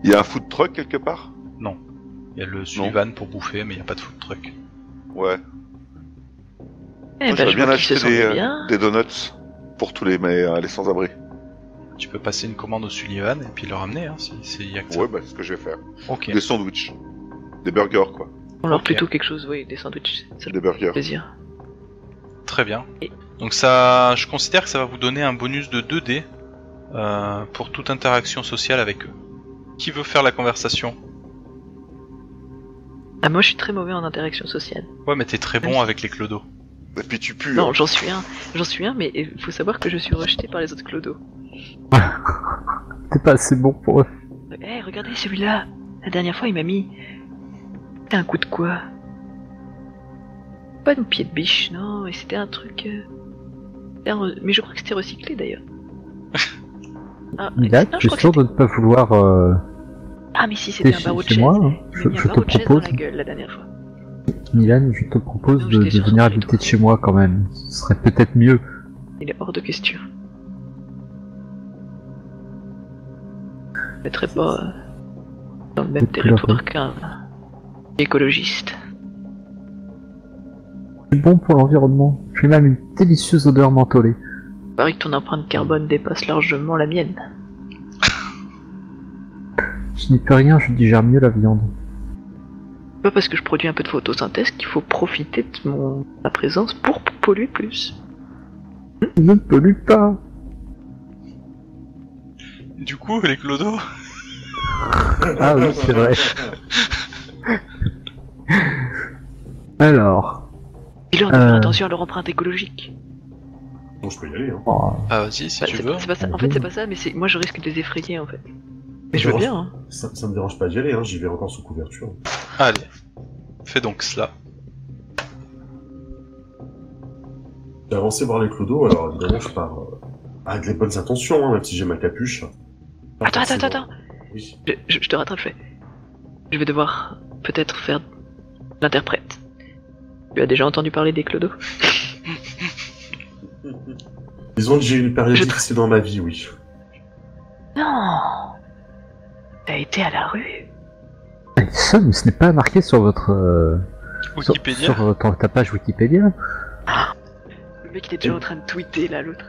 [SPEAKER 3] Il y a un food truck quelque part
[SPEAKER 1] Il y a le Sullivan pour bouffer, mais il n'y a pas de food truck.
[SPEAKER 3] Ouais.
[SPEAKER 5] Eh
[SPEAKER 3] Moi,
[SPEAKER 5] ben,
[SPEAKER 3] j'aurais
[SPEAKER 5] je
[SPEAKER 3] bien
[SPEAKER 5] vois qu'ils se
[SPEAKER 3] acheté
[SPEAKER 5] sentent
[SPEAKER 3] des, euh,
[SPEAKER 5] bien.
[SPEAKER 3] des donuts pour tous les, mais, euh, les sans-abri.
[SPEAKER 1] Tu peux passer une commande au Sullivan et puis le ramener, hein, si s'il y a que ça.
[SPEAKER 3] Ouais, bah, c'est ce que je vais faire.
[SPEAKER 1] Ok.
[SPEAKER 3] Des sandwichs. Des burgers, quoi.
[SPEAKER 5] On leur
[SPEAKER 1] ok.
[SPEAKER 5] plutôt quelque chose, oui, des sandwichs. Ça
[SPEAKER 3] Des
[SPEAKER 5] leur
[SPEAKER 3] burgers.
[SPEAKER 5] fait plaisir.
[SPEAKER 1] Très bien.
[SPEAKER 5] Et-
[SPEAKER 1] Donc ça, je considère que ça va vous donner un bonus de 2D euh, pour toute interaction sociale avec eux. Qui veut faire la conversation
[SPEAKER 5] Ah, moi je suis très mauvais en interaction sociale.
[SPEAKER 1] Ouais, mais t'es très bon avec les clodos.
[SPEAKER 3] Et puis tu pues.
[SPEAKER 5] Non,
[SPEAKER 3] hein.
[SPEAKER 5] j'en suis un. J'en suis un, mais il faut savoir que je suis rejeté par les autres clodos.
[SPEAKER 2] T'es pas assez bon pour eux.
[SPEAKER 5] Eh, regardez celui-là La dernière fois, il m'a mis. C'était un coup de quoi Pas de pied de biche, non, et c'était un truc. euh, c'était un re- Mais je crois que c'était recyclé d'ailleurs.
[SPEAKER 2] <laughs>
[SPEAKER 5] Ah,
[SPEAKER 2] Il a
[SPEAKER 5] non, je
[SPEAKER 2] tu es
[SPEAKER 5] crois que
[SPEAKER 2] sûr de
[SPEAKER 5] c'était-
[SPEAKER 2] ne pas vouloir euh,
[SPEAKER 5] Ah, mais si,
[SPEAKER 2] t'es
[SPEAKER 5] c'était un
[SPEAKER 2] chez,
[SPEAKER 5] barreau de
[SPEAKER 2] chez
[SPEAKER 5] chaise.
[SPEAKER 2] moi. hein.
[SPEAKER 5] Il m'a
[SPEAKER 2] Je,
[SPEAKER 5] mis un
[SPEAKER 2] je te
[SPEAKER 5] barreau de chaise dans
[SPEAKER 2] propose,
[SPEAKER 5] la gueule la dernière fois.
[SPEAKER 2] Milan, je te propose
[SPEAKER 5] Non,
[SPEAKER 2] de,
[SPEAKER 5] j'étais
[SPEAKER 2] de
[SPEAKER 5] sur
[SPEAKER 2] venir
[SPEAKER 5] son vélo.
[SPEAKER 2] habiter de chez moi quand même. Ce serait peut-être mieux.
[SPEAKER 5] Il est hors de question. Je ne mettrai pas euh, dans le même
[SPEAKER 2] Peut-être que la
[SPEAKER 5] territoire qu'un écologiste.
[SPEAKER 2] C'est bon pour l'environnement. J'ai même une délicieuse odeur mentholée.
[SPEAKER 5] Il paraît que ton empreinte carbone dépasse largement la mienne.
[SPEAKER 2] Je n'y peux rien, je digère mieux la viande.
[SPEAKER 5] Pas parce que je produis un peu de photosynthèse qu'il faut profiter de mon ma présence pour polluer plus.
[SPEAKER 2] Je ne pollue pas.
[SPEAKER 1] Du coup, les clodos
[SPEAKER 2] Ah oui, c'est vrai. <laughs> Alors,
[SPEAKER 5] Dis-leur de faire
[SPEAKER 2] Euh.
[SPEAKER 5] attention à leur empreinte écologique.
[SPEAKER 4] Bon, je peux y aller. Hein.
[SPEAKER 2] oh,
[SPEAKER 1] Ah, vas-y, si
[SPEAKER 5] Bah,
[SPEAKER 1] tu
[SPEAKER 5] c'est
[SPEAKER 1] veux.
[SPEAKER 5] pas- c'est pas ça. En fait, c'est pas ça, mais c'est moi je risque de les effrayer en fait. Mais je veux bien. Hein.
[SPEAKER 4] Ça, ça me dérange pas d'y aller, hein. j'y vais encore sous couverture.
[SPEAKER 1] Allez, fais donc cela.
[SPEAKER 4] J'ai avancé voir les clodos, alors évidemment, je pars euh, avec les bonnes intentions, hein, même si j'ai ma capuche. Pas
[SPEAKER 5] Attends, attends,
[SPEAKER 4] forcément.
[SPEAKER 5] attends, attends.
[SPEAKER 4] Oui.
[SPEAKER 5] Je, je- je te rattrape, je fais. Je vais devoir peut-être faire l'interprète. Tu as déjà entendu parler des clodos
[SPEAKER 4] Disons que j'ai eu une période
[SPEAKER 5] Je-
[SPEAKER 4] difficile dans ma vie, oui.
[SPEAKER 5] Non. T'as été à la rue.
[SPEAKER 2] Alison, ce n'est pas marqué sur votre euh, sur,
[SPEAKER 1] Wikipédia
[SPEAKER 2] sur euh, ton- ta page Wikipédia.
[SPEAKER 5] Le mec il est déjà en train de tweeter là, l'autre.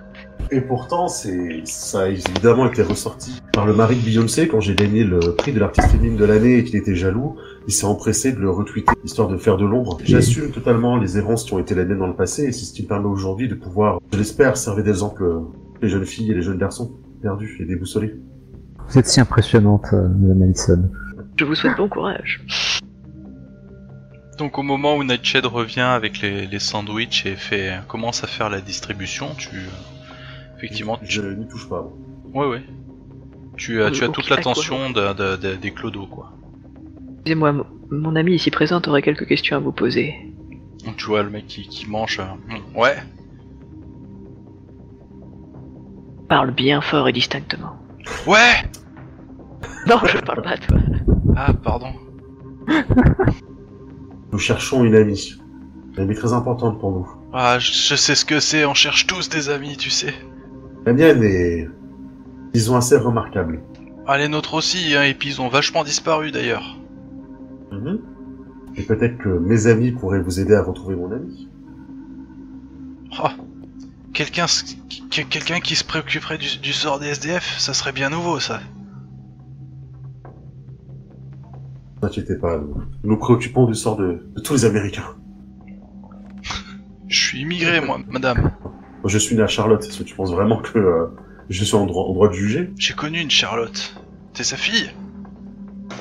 [SPEAKER 4] Et pourtant, c'est ça a évidemment été ressorti par le mari de Beyoncé quand j'ai gagné le prix de l'artiste féminine de l'année et qu'il était jaloux. Il s'est empressé de le retweeter histoire de faire de l'ombre. J'assume totalement les errances qui ont été les miennes dans le passé et c'est ce qui me permet aujourd'hui de pouvoir, je l'espère, servir d'exemple euh, les jeunes filles et les jeunes garçons perdus et déboussolés.
[SPEAKER 2] Vous êtes si impressionnante, euh, Madame Alison.
[SPEAKER 5] Je vous souhaite bon courage.
[SPEAKER 1] Donc au moment où Nightshade revient avec les, les sandwichs et fait commence à faire la distribution, tu euh, effectivement
[SPEAKER 4] Je
[SPEAKER 1] tu,
[SPEAKER 4] n'y touche pas.
[SPEAKER 1] ouais ouais tu as tu as
[SPEAKER 5] Ok,
[SPEAKER 1] toute
[SPEAKER 5] à quoi
[SPEAKER 1] l'attention de- de- de- des clodos quoi.
[SPEAKER 5] Excusez-moi, mon- mon ami ici présent aurait quelques questions à vous poser.
[SPEAKER 1] Donc tu vois le mec qui, qui mange euh, mm, ouais
[SPEAKER 5] Parle bien fort et distinctement. <laughs>
[SPEAKER 1] ouais
[SPEAKER 5] Non, je parle pas à toi.
[SPEAKER 1] ah pardon
[SPEAKER 4] Nous cherchons une amie. Une amie très importante pour nous.
[SPEAKER 1] ah je, je sais ce que c'est on cherche tous des amis tu sais
[SPEAKER 4] La mienne est, disons, assez remarquable.
[SPEAKER 1] ah les nôtres aussi hein, et puis ils ont vachement disparu d'ailleurs
[SPEAKER 4] Mhm. Et peut-être que mes amis pourraient vous aider à retrouver mon ami.
[SPEAKER 1] oh, quelqu'un s- qui- quelqu'un qui se préoccuperait du, du sort des SDF ça serait bien nouveau ça
[SPEAKER 4] N'inquiétez pas, nous nous nous préoccupons du sort de, de tous les Américains.
[SPEAKER 1] je suis immigré moi madame
[SPEAKER 4] Moi, je suis né à Charlotte. Est-ce que tu penses vraiment que euh, je suis en droit, en droit de juger
[SPEAKER 1] <laughs> J'ai connu une Charlotte. T'es sa fille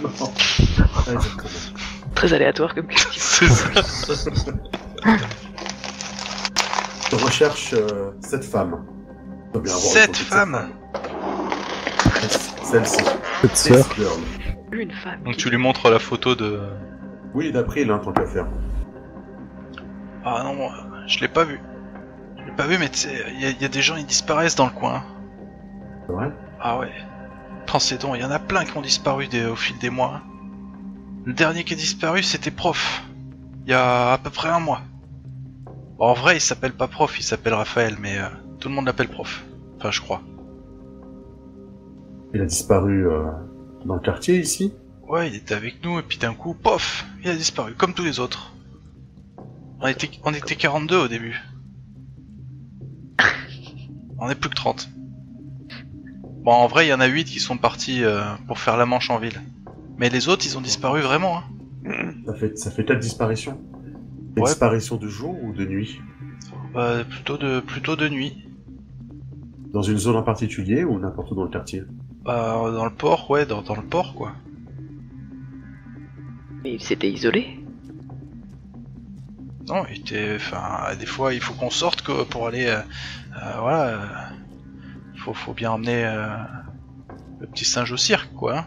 [SPEAKER 4] Non. Ah, exactement.
[SPEAKER 5] Très aléatoire comme
[SPEAKER 1] <laughs> C'est
[SPEAKER 5] question.
[SPEAKER 1] ça.
[SPEAKER 4] Je recherche euh, cette femme. Je dois bien avoir
[SPEAKER 1] Cette
[SPEAKER 4] entendu cette
[SPEAKER 1] femme
[SPEAKER 4] femme. Celle-ci.
[SPEAKER 2] Cette sœur.
[SPEAKER 4] Sex girl.
[SPEAKER 5] Une femme.
[SPEAKER 1] Donc
[SPEAKER 5] qui-
[SPEAKER 1] tu lui montres la photo de...
[SPEAKER 4] Oui, d'après, hein, tant qu'à faire.
[SPEAKER 1] Ah non, moi, je l'ai pas vue. Je l'ai pas vue, mais tu sais, il y, a- y a des gens, ils disparaissent dans le coin.
[SPEAKER 4] C'est vrai
[SPEAKER 1] Ah ouais. Prends ces dons, il y en a plein qui ont disparu des- au fil des mois. hein. Le dernier qui a disparu, c'était Prof. Il y a à peu près un mois. Bon, en vrai, il s'appelle pas Prof, il s'appelle Raphaël, mais euh, tout le monde l'appelle Prof. Enfin, je crois.
[SPEAKER 4] Il a disparu euh, dans le quartier ici
[SPEAKER 1] Ouais, il était avec nous, et puis d'un coup, pof, il a disparu, comme tous les autres. On était, on était 42 au début. On est plus que 30. Bon, en vrai, il y en a 8 qui sont partis euh, pour faire la manche en ville. Mais les autres, ils ont disparu vraiment. Hein.
[SPEAKER 4] Ça fait, ça fait quatre disparitions. Des
[SPEAKER 1] Ouais.
[SPEAKER 4] disparitions de jour ou de nuit
[SPEAKER 1] Bah, plutôt de, plutôt de nuit.
[SPEAKER 4] Dans une zone en particulier ou n'importe où dans le quartier
[SPEAKER 1] Bah, dans le port, ouais, dans, dans le port, quoi.
[SPEAKER 5] Mais il s'était isolé.
[SPEAKER 1] Non, il était. Enfin, des fois, il faut qu'on sorte quoi, pour aller. euh, euh, voilà. euh, faut, faut bien emmener euh, le petit singe au cirque, quoi. hein.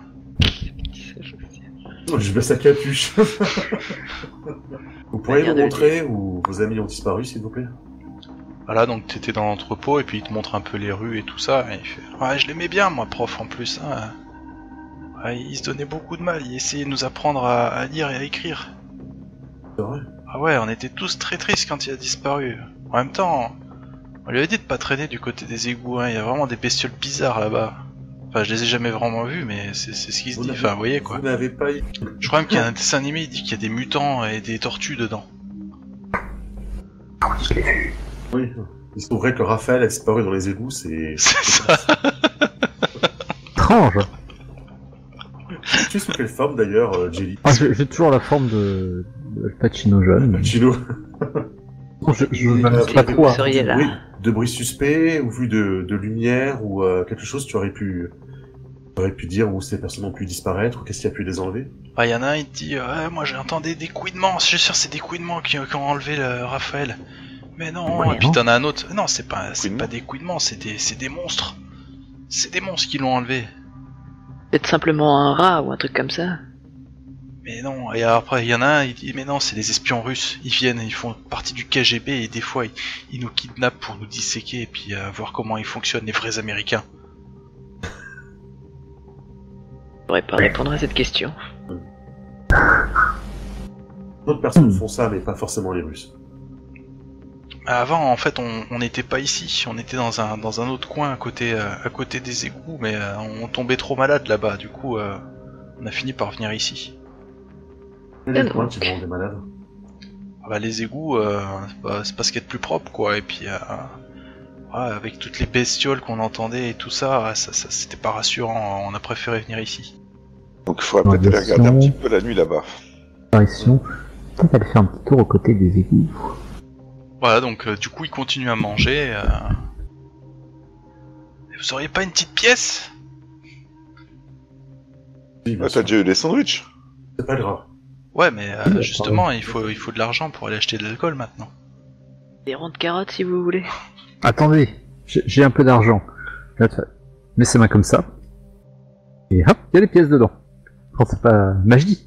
[SPEAKER 4] Je baisse la capuche.
[SPEAKER 5] <laughs>
[SPEAKER 4] vous pourriez
[SPEAKER 5] Manière
[SPEAKER 4] nous
[SPEAKER 5] de le
[SPEAKER 4] montrer où vos amis ont disparu, s'il vous plaît
[SPEAKER 1] Voilà, donc t'étais dans l'entrepôt et puis il te montre un peu les rues et tout ça. Et il fait Ouais, je l'aimais bien, moi, prof, en plus. hein. Ouais, il se donnait beaucoup de mal, il essayait de nous apprendre à, à lire et à écrire.
[SPEAKER 4] C'est vrai
[SPEAKER 1] Ah ouais, on était tous très tristes quand il a disparu. En même temps, on lui avait dit de pas traîner du côté des égouts, hein. il y a vraiment des bestioles bizarres là-bas. Enfin, je les ai jamais vraiment vues, mais c'est c'est ce qui se
[SPEAKER 4] Vous
[SPEAKER 1] dit.
[SPEAKER 4] n'avez-
[SPEAKER 1] Enfin, vous voyez quoi.
[SPEAKER 4] Vous n'avez pas eu.
[SPEAKER 1] Je crois même qu'il y a un dessin animé, il dit qu'il y a des mutants et des tortues dedans. <laughs>
[SPEAKER 4] Oui. Il se trouverait que Raphaël a disparu dans les égouts, c'est.
[SPEAKER 1] C'est ça.
[SPEAKER 2] Étrange
[SPEAKER 4] Tu es sous quelle forme d'ailleurs, euh, Jelly
[SPEAKER 2] Ah, j'ai j'ai toujours la forme de, de Pacino jeune.
[SPEAKER 4] Chino
[SPEAKER 2] Bon, je, je
[SPEAKER 4] Oui,
[SPEAKER 2] ne
[SPEAKER 4] euh,
[SPEAKER 2] sais pas
[SPEAKER 4] vous
[SPEAKER 2] trop. hein.
[SPEAKER 5] seriez là.
[SPEAKER 4] Oui, de bruit suspect ou vu de, de lumière ou euh, quelque chose, tu aurais pu, tu aurais pu dire où ces personnes ont pu disparaître ou qu'est-ce qui a pu les enlever.
[SPEAKER 1] Bah, il y en a un, il te dit Ouais, moi j'ai entendu des couinements, je suis sûr que c'est des couinements qui, qui ont enlevé le Raphaël. Mais non,
[SPEAKER 2] Ouais,
[SPEAKER 1] et puis
[SPEAKER 2] non.
[SPEAKER 1] t'en as un autre. Non, c'est pas, c'est
[SPEAKER 3] Couinements
[SPEAKER 1] pas des couinements, c'est des, c'est des monstres. C'est des monstres qui l'ont enlevé.
[SPEAKER 5] Peut-être simplement un rat ou un truc comme ça.
[SPEAKER 1] Mais non, et après il y en a un, il dit mais non, c'est des espions russes, ils viennent, ils font partie du KGB et des fois ils, ils nous kidnappent pour nous disséquer et puis euh, voir comment ils fonctionnent les vrais américains.
[SPEAKER 5] Je pourrais pas répondre à cette question.
[SPEAKER 4] D'autres personnes
[SPEAKER 2] Hmm.
[SPEAKER 4] font ça, mais pas forcément les Russes.
[SPEAKER 1] Avant en fait on on n'était pas ici, on était dans un dans un autre coin à côté euh, à côté des égouts mais euh, on tombait trop malade là-bas, du coup euh, on a fini par venir ici.
[SPEAKER 4] Quel est le
[SPEAKER 5] Ah,
[SPEAKER 4] point
[SPEAKER 5] donc.
[SPEAKER 4] qui vous rendait malade
[SPEAKER 1] Ah bah, les égouts, euh, c'est pas- c'est pas ce qu'il y a de plus propre, quoi. Et puis, euh, ouais, avec toutes les bestioles qu'on entendait et tout ça, ouais, ça, ça- c'était pas rassurant. On a préféré venir ici.
[SPEAKER 3] Donc il faudra peut-être aller regarder un petit
[SPEAKER 2] Attention.
[SPEAKER 3] peu la nuit là-bas.
[SPEAKER 2] Apparition. Peut-être aller faire un petit tour aux côtés des égouts.
[SPEAKER 1] Voilà, donc euh, du coup, ils continuent à manger. euh. Et Vous auriez pas une petite pièce
[SPEAKER 4] Oui, bien
[SPEAKER 3] Ah, t'as
[SPEAKER 4] sûr.
[SPEAKER 3] déjà eu des sandwichs
[SPEAKER 4] C'est pas grave.
[SPEAKER 1] Ouais, mais euh,
[SPEAKER 2] Oui,
[SPEAKER 1] justement, il faut, il faut de l'argent pour aller acheter de l'alcool maintenant.
[SPEAKER 5] Des ronds de carottes si vous voulez.
[SPEAKER 2] Attendez, j'ai j'ai un peu d'argent. Là, tu- Mets ses mains comme ça. Et hop, il y a des pièces dedans. Quand c'est pas magie.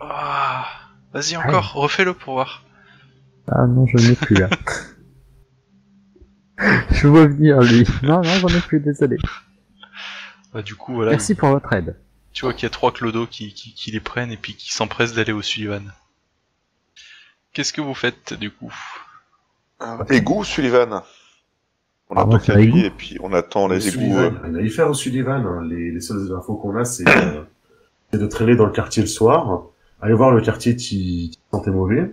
[SPEAKER 1] Ah, Vas-y encore, refais-le pour voir.
[SPEAKER 2] Ah non, je n'ai plus là. <laughs> je vois venir lui. Non, non, j'en ai plus, désolé.
[SPEAKER 1] Bah, du coup, voilà,
[SPEAKER 2] Merci pour votre aide.
[SPEAKER 1] Tu vois qu'il y a trois clodos qui, qui, qui les prennent et puis qui s'empressent d'aller au Sullivan. Qu'est-ce que vous faites du coup
[SPEAKER 3] Ah Égout, Sullivan. On
[SPEAKER 2] Ah,
[SPEAKER 3] attend
[SPEAKER 2] c'est
[SPEAKER 3] la nuit
[SPEAKER 2] égout
[SPEAKER 3] et puis on attend les euh, égouts.
[SPEAKER 4] Sullivan, rien à y faire au Sullivan. hein. Les, les seules infos qu'on a, c'est euh, c'est de traîner dans le quartier le soir, aller voir le quartier qui, qui sentait mauvais,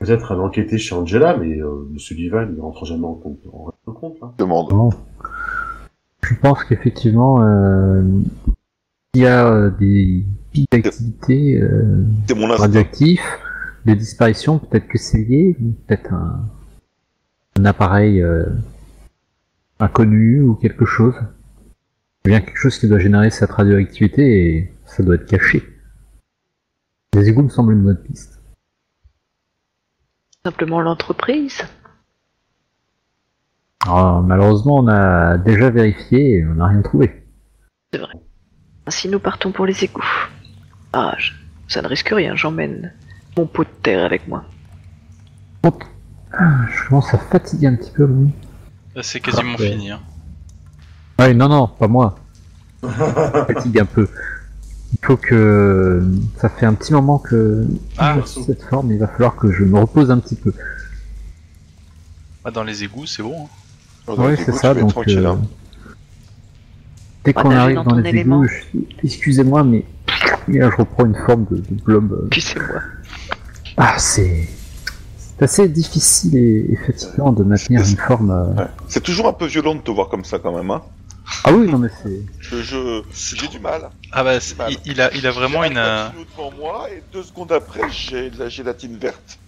[SPEAKER 4] peut-être aller enquêter chez Angela, mais euh, le Sullivan il rentre jamais en compte. En règle de compte hein.
[SPEAKER 3] euh, demande.
[SPEAKER 2] Bon. Je pense qu'effectivement, euh, il y a euh, des pics d'activité euh,
[SPEAKER 3] C'est mon instinct.
[SPEAKER 2] radioactifs, des disparitions, peut-être que c'est lié, peut-être un, un appareil euh, inconnu ou quelque chose Eh Bien quelque chose qui doit générer cette radioactivité et ça doit être caché. Les égouts me semblent une bonne piste.
[SPEAKER 5] Simplement l'entreprise.
[SPEAKER 2] Alors, malheureusement, on a déjà vérifié et on n'a rien trouvé.
[SPEAKER 5] Ainsi, nous partons pour les égouts. Ah, je- ça ne risque rien, j'emmène mon pot de terre avec moi. <laughs>
[SPEAKER 2] Bon. Ah, Je commence à fatiguer un petit peu. Mon...
[SPEAKER 1] Là, c'est quasiment
[SPEAKER 2] Parfait.
[SPEAKER 1] fini. hein.
[SPEAKER 2] Ouais, non, non, pas <laughs> moi. Je fatigue un peu. Il faut que... Ça fait un petit moment que...
[SPEAKER 1] Ah.
[SPEAKER 2] je suis sous cette forme, il va falloir que je me repose un petit peu.
[SPEAKER 1] Ah, dans les égouts, c'est bon. hein.
[SPEAKER 3] Alors,
[SPEAKER 2] Oui,
[SPEAKER 3] du
[SPEAKER 2] c'est
[SPEAKER 3] coup,
[SPEAKER 2] ça,
[SPEAKER 3] tu es
[SPEAKER 2] donc...
[SPEAKER 3] tranquille,
[SPEAKER 2] euh,
[SPEAKER 3] hein.
[SPEAKER 2] Dès
[SPEAKER 5] Bah,
[SPEAKER 2] qu'on
[SPEAKER 5] t'as vu
[SPEAKER 2] arrive
[SPEAKER 5] dans
[SPEAKER 2] dans
[SPEAKER 5] ton
[SPEAKER 2] les
[SPEAKER 5] élément.
[SPEAKER 2] égouts, je suis- excusez-moi, mais... Et là, je reprends une forme de, de blob. euh.
[SPEAKER 5] Puis c'est moi.
[SPEAKER 2] Ah, c'est... C'est assez difficile et, et fatigant de maintenir une forme... euh.
[SPEAKER 3] C'est toujours un peu violent de te voir comme ça quand même. Hein.
[SPEAKER 2] Ah oui, non, mais c'est...
[SPEAKER 3] Je, je-
[SPEAKER 1] C'est
[SPEAKER 3] j'ai
[SPEAKER 1] trop-
[SPEAKER 3] du mal.
[SPEAKER 1] Ah bah, c'est-
[SPEAKER 3] Mal.
[SPEAKER 1] il, il a, il a vraiment
[SPEAKER 3] J'ai
[SPEAKER 1] une.
[SPEAKER 3] un
[SPEAKER 1] euh,
[SPEAKER 3] latino devant moi et deux secondes après j'ai de la gélatine
[SPEAKER 2] <laughs>
[SPEAKER 3] verte.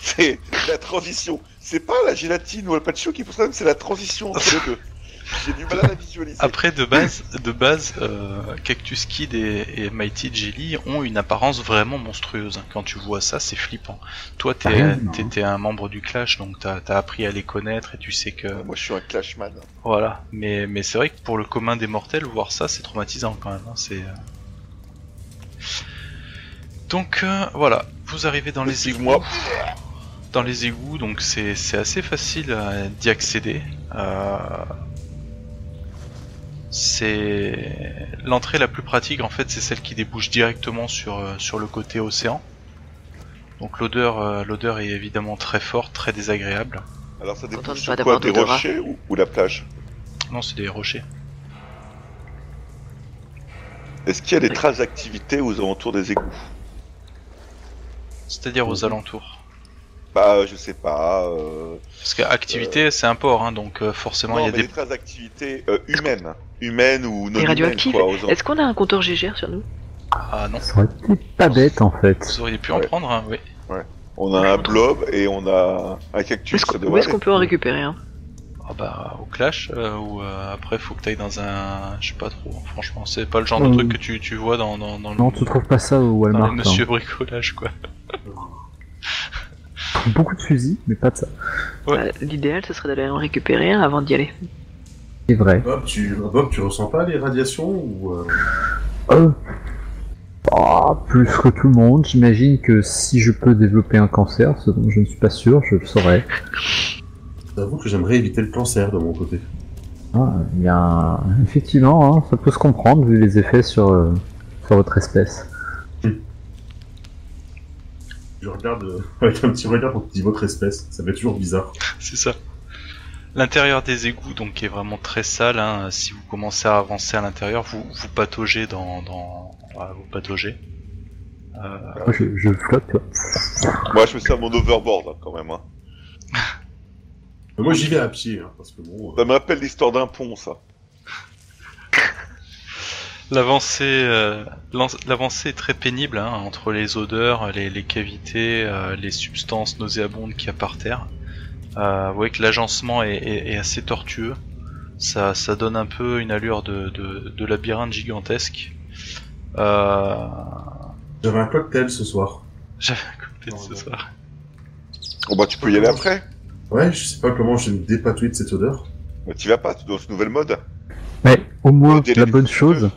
[SPEAKER 3] C'est la transition. C'est pas la gélatine ou le patchou qui pose problème, c'est la transition entre les deux. J'ai du mal à la visualiser.
[SPEAKER 1] Après, de base, de base, euh, Cactus Kid et, et Mighty Jelly ont une apparence vraiment monstrueuse. Quand tu vois ça, c'est flippant. Toi,
[SPEAKER 2] Ah
[SPEAKER 1] t'es-
[SPEAKER 2] oui, non.
[SPEAKER 1] t'étais un membre du Clash, donc t'as as appris à les connaître et tu sais que
[SPEAKER 3] Euh, Moi je suis un clashman.
[SPEAKER 1] voilà. Mais, mais c'est vrai que pour le commun des mortels, voir ça, c'est traumatisant quand même. hein, c'est euh. donc euh, voilà. Vous arrivez dans les égouts.
[SPEAKER 3] Excuse-moi.
[SPEAKER 1] dans les égouts, donc c'est c'est assez facile euh, d'y accéder. Euh, c'est l'entrée la plus pratique en fait, c'est celle qui débouche directement sur euh, sur le côté océan. Donc l'odeur euh, l'odeur est évidemment très forte, très désagréable.
[SPEAKER 3] Alors ça dépend
[SPEAKER 5] Contente
[SPEAKER 3] sur
[SPEAKER 5] pas
[SPEAKER 3] quoi
[SPEAKER 5] d'avoir
[SPEAKER 3] Des
[SPEAKER 5] d'odorat.
[SPEAKER 3] rochers ou, ou la plage
[SPEAKER 1] Non, c'est des rochers.
[SPEAKER 3] Est-ce qu'il y a des traces d'activité aux alentours des égouts
[SPEAKER 1] C'est-à-dire aux alentours.
[SPEAKER 3] Bah euh, je sais pas. euh,
[SPEAKER 1] Parce qu'activité, c'est un port, hein, donc euh, forcément il
[SPEAKER 3] non,
[SPEAKER 1] y a
[SPEAKER 3] mais
[SPEAKER 1] des...
[SPEAKER 3] des traces d'activité euh, humaines. Humaines ou non
[SPEAKER 5] Et
[SPEAKER 3] humaines
[SPEAKER 5] radioactives.
[SPEAKER 3] quoi, aux alentours.
[SPEAKER 5] Est-ce qu'on a un compteur GGR sur nous
[SPEAKER 1] Ah non,
[SPEAKER 2] Ça aurait été pas bête, en fait.
[SPEAKER 1] vous auriez pu en
[SPEAKER 3] Ouais.
[SPEAKER 1] prendre, hein, oui.
[SPEAKER 3] On a un blob et on a un
[SPEAKER 5] Où
[SPEAKER 3] cactus.
[SPEAKER 5] est-ce
[SPEAKER 3] ça
[SPEAKER 5] qu'on
[SPEAKER 3] devrait
[SPEAKER 5] où est-ce
[SPEAKER 3] aller.
[SPEAKER 5] qu'on peut en récupérer un
[SPEAKER 1] Ah bah au clash euh, ou euh, après faut que t'ailles dans un je sais pas trop franchement c'est pas le genre
[SPEAKER 2] Euh,
[SPEAKER 1] de truc que tu, tu vois dans dans dans le
[SPEAKER 2] Non, tu trouves pas ça au
[SPEAKER 1] dans
[SPEAKER 2] Walmart.
[SPEAKER 1] les monsieur bricolage quoi <laughs>
[SPEAKER 2] hein. Beaucoup de fusils, mais pas de ça.
[SPEAKER 1] Ouais.
[SPEAKER 5] Euh, L'idéal, ce serait d'aller en récupérer un avant d'y aller.
[SPEAKER 2] C'est vrai.
[SPEAKER 4] Bob, tu, Bob, tu ressens pas les radiations ou euh,
[SPEAKER 2] Euh, bah, plus que tout le monde, j'imagine que si je peux développer un cancer, ce dont je ne suis pas sûr, je le saurais.
[SPEAKER 4] J'avoue que j'aimerais éviter le cancer de mon côté.
[SPEAKER 2] Ah, eh bien, effectivement, hein, ça peut se comprendre vu les effets sur, euh, sur votre espèce.
[SPEAKER 4] Je regarde euh, <laughs> avec un petit regard quand tu dis votre espèce. Ça fait toujours bizarre.
[SPEAKER 1] c'est ça l'intérieur des égouts donc qui est vraiment très sale hein, si vous commencez à avancer à l'intérieur vous vous pataugez dans dans voilà, vous pataugez Euh,
[SPEAKER 2] Moi, je, je flotte, tu vois.
[SPEAKER 3] Moi, je me sers de mon overboard hein, quand même. Hein.
[SPEAKER 4] Mais moi, j'y vais à pied, hein, parce que bon. euh,
[SPEAKER 3] Ça me rappelle l'histoire d'un pont, ça.
[SPEAKER 1] L'avancée, euh, l'an- l'avancée est très pénible hein, entre les odeurs, les, les cavités, euh, les substances nauséabondes qu'il y a par terre. Euh, vous voyez que l'agencement est, est- est assez tortueux. Ça, ça donne un peu une allure de, de, de labyrinthe gigantesque. Euh,
[SPEAKER 4] J'avais un cocktail ce soir.
[SPEAKER 1] J'avais un cocktail ce soir.
[SPEAKER 3] Oh bah, tu peux y aller après.
[SPEAKER 4] Ouais, je sais pas comment je vais me dépatouiller de cette odeur.
[SPEAKER 3] Bah, t'y vas pas, tu es dans ce nouvel mode.
[SPEAKER 2] Mais au
[SPEAKER 3] Le
[SPEAKER 2] moins,
[SPEAKER 3] délai
[SPEAKER 2] la
[SPEAKER 3] du
[SPEAKER 2] bonne
[SPEAKER 3] feu.
[SPEAKER 2] chose,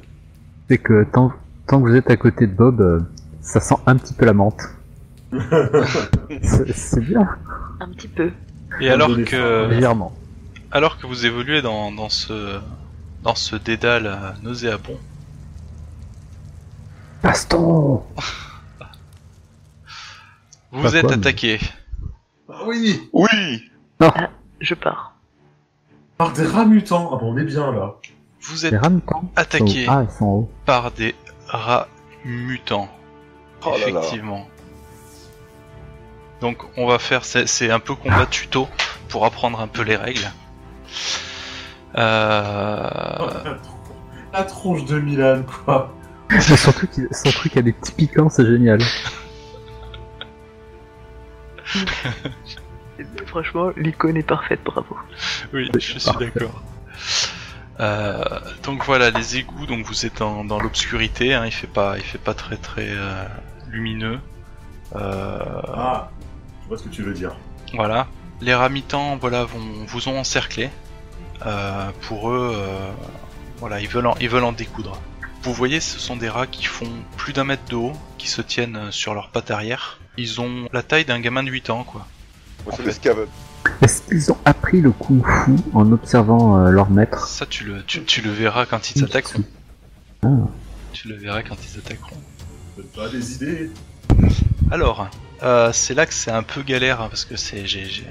[SPEAKER 2] c'est que tant, tant que vous êtes à côté de Bob, euh, ça sent un petit peu la menthe. C'est- C'est bien,
[SPEAKER 5] Un petit peu.
[SPEAKER 1] Et alors
[SPEAKER 4] donné faim,
[SPEAKER 1] que,
[SPEAKER 2] légèrement.
[SPEAKER 1] alors que vous évoluez dans, dans ce dans ce dédale euh, nauséabond,
[SPEAKER 2] Baston
[SPEAKER 1] vous
[SPEAKER 2] Pas
[SPEAKER 1] êtes
[SPEAKER 2] quoi, mais-
[SPEAKER 1] attaqué.
[SPEAKER 4] Oui
[SPEAKER 3] Oui
[SPEAKER 5] Je pars.
[SPEAKER 4] Par des rats mutants. Ah bon, on est bien là.
[SPEAKER 1] Vous
[SPEAKER 2] Les
[SPEAKER 1] êtes
[SPEAKER 2] rats mutants sont-
[SPEAKER 1] attaqué
[SPEAKER 2] Ah, ils sont en haut.
[SPEAKER 1] par des rats mutants.
[SPEAKER 3] Oh là là.
[SPEAKER 1] Effectivement. Donc on va faire, c'est c'est un peu combat tuto pour apprendre un peu les règles. Euh,
[SPEAKER 4] La tron- La tronche de Milan, quoi.
[SPEAKER 2] Mais surtout qu'il- son truc a des petits piquants, c'est génial.
[SPEAKER 5] Franchement, l'icône est parfaite, bravo.
[SPEAKER 1] Oui,
[SPEAKER 2] Oui,
[SPEAKER 1] je suis d'accord. Euh, donc voilà, les égouts. Donc vous êtes en- dans l'obscurité. hein, il fait pas, il fait pas très très euh, lumineux. Euh,
[SPEAKER 4] Ah, je vois ce que tu veux dire.
[SPEAKER 1] voilà. Les ramitans, voilà, vont, vous ont encerclé. Euh, pour eux, euh, voilà, ils veulent, en, ils veulent en découdre. Vous voyez, ce sont des rats qui font plus d'un mètre de haut, qui se tiennent euh, sur leurs pattes arrière. Ils ont la taille d'un gamin de 8 ans, quoi.
[SPEAKER 3] Moi,
[SPEAKER 1] En
[SPEAKER 3] c'est
[SPEAKER 1] fait.
[SPEAKER 3] l'escave.
[SPEAKER 2] Est-ce qu'ils ont appris le kung fu en observant euh, leur maître
[SPEAKER 1] Ça, tu le, tu, tu le verras quand ils s'attaqueront.
[SPEAKER 2] Ah.
[SPEAKER 1] Tu le verras quand ils s'attaqueront.
[SPEAKER 4] Donne pas des idées.
[SPEAKER 1] Alors, euh, c'est là que c'est un peu galère hein, parce que c'est j'ai- j'ai-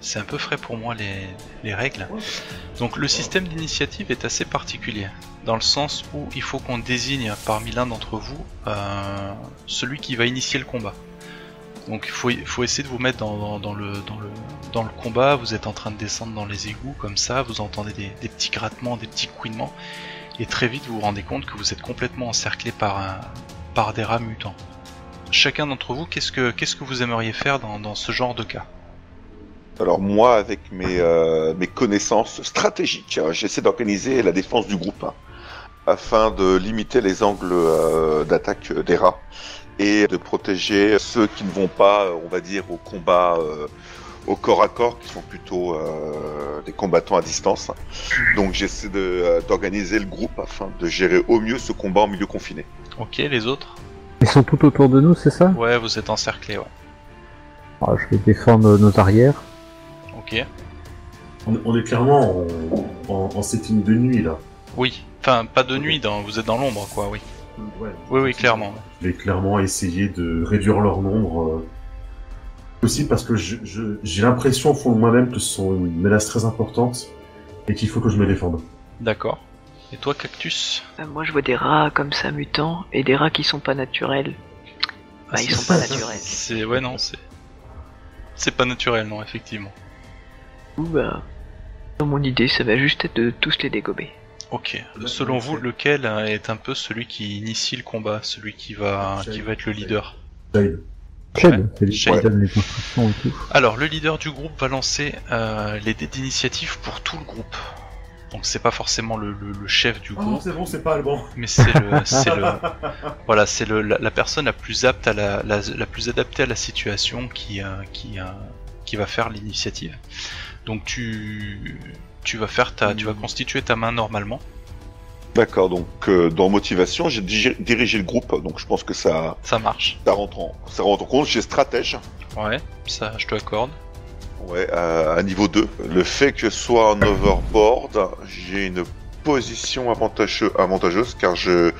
[SPEAKER 1] c'est un peu frais pour moi les, les règles. Donc le système d'initiative est assez particulier dans le sens où il faut qu'on désigne parmi l'un d'entre vous euh, celui qui va initier le combat. Donc il faut, il faut essayer de vous mettre dans, dans- dans le, dans, le, dans le combat, vous êtes en train de descendre dans les égouts comme ça, vous entendez des, des petits grattements, des petits couinements, et très vite vous vous rendez compte que vous êtes complètement encerclé par, un, par des rats mutants chacun d'entre vous, qu'est-ce que qu'est-ce que vous aimeriez faire dans, dans ce genre de cas
[SPEAKER 3] Alors moi, avec mes, euh, mes connaissances stratégiques, hein, j'essaie d'organiser la défense du groupe hein, afin de limiter les angles euh, d'attaque des rats et de protéger ceux qui ne vont pas, on va dire, au combat euh, au corps à corps, qui sont plutôt euh, des combattants à distance. Donc j'essaie de, euh, d'organiser le groupe afin de gérer au mieux ce combat en milieu confiné.
[SPEAKER 1] Ok, les autres
[SPEAKER 2] Ils sont tout autour de nous, c'est ça
[SPEAKER 1] Ouais, vous êtes encerclés, ouais.
[SPEAKER 2] Ah, Je vais défendre nos arrières.
[SPEAKER 1] Ok.
[SPEAKER 4] On, on est clairement en, en, en setting de nuit là.
[SPEAKER 1] Oui. Enfin, pas de nuit, dans, vous êtes dans l'ombre, quoi, oui.
[SPEAKER 4] Ouais.
[SPEAKER 1] Oui, oui, clairement.
[SPEAKER 4] Je vais clairement essayer de réduire leur nombre. euh, aussi parce que je- je- j'ai l'impression au fond de moi-même que ce sont une menace très importante et qu'il faut que je me défende.
[SPEAKER 1] D'accord. Et toi, Cactus
[SPEAKER 5] Ah, Moi, je vois des rats comme ça mutants et des rats qui sont pas naturels. Bah, ils
[SPEAKER 1] c'est-
[SPEAKER 5] sont pas
[SPEAKER 1] c'est-
[SPEAKER 5] naturels.
[SPEAKER 1] C'est... Ouais, non, c'est... C'est pas naturel, non, effectivement.
[SPEAKER 5] Du coup, bah, dans mon idée, ça va juste être de tous les dégommer.
[SPEAKER 1] Ok. Selon vous, lequel euh, est un peu celui qui initie le combat, celui qui va, qui va être le leader
[SPEAKER 4] Jade,
[SPEAKER 2] Shed, c'est lui qui
[SPEAKER 1] Shed.
[SPEAKER 2] donne les instructions et tout.
[SPEAKER 1] Alors, le leader du groupe va lancer euh, les dés d'initiative pour tout le groupe. Donc, c'est pas forcément le, le- le chef du groupe.
[SPEAKER 4] Oh, c'est bon, c'est pas allemand.
[SPEAKER 1] mais c'est le, c'est le, voilà, c'est le, la, la personne la plus apte à la, la, la plus adaptée à la situation qui, euh, qui, euh, qui va faire l'initiative. Donc tu, tu vas faire ta, tu vas constituer ta main normalement.
[SPEAKER 3] D'accord, donc euh, dans motivation, j'ai digé- dirigé le groupe, donc je pense que ça,
[SPEAKER 1] Ça marche.
[SPEAKER 3] ça, rentre, en, ça rentre en compte, j'ai stratège.
[SPEAKER 1] Ouais, ça, je te l'accorde.
[SPEAKER 3] Ouais, à, à niveau 2. Le fait que ce soit en overboard, j'ai une position avantageux- avantageuse car je,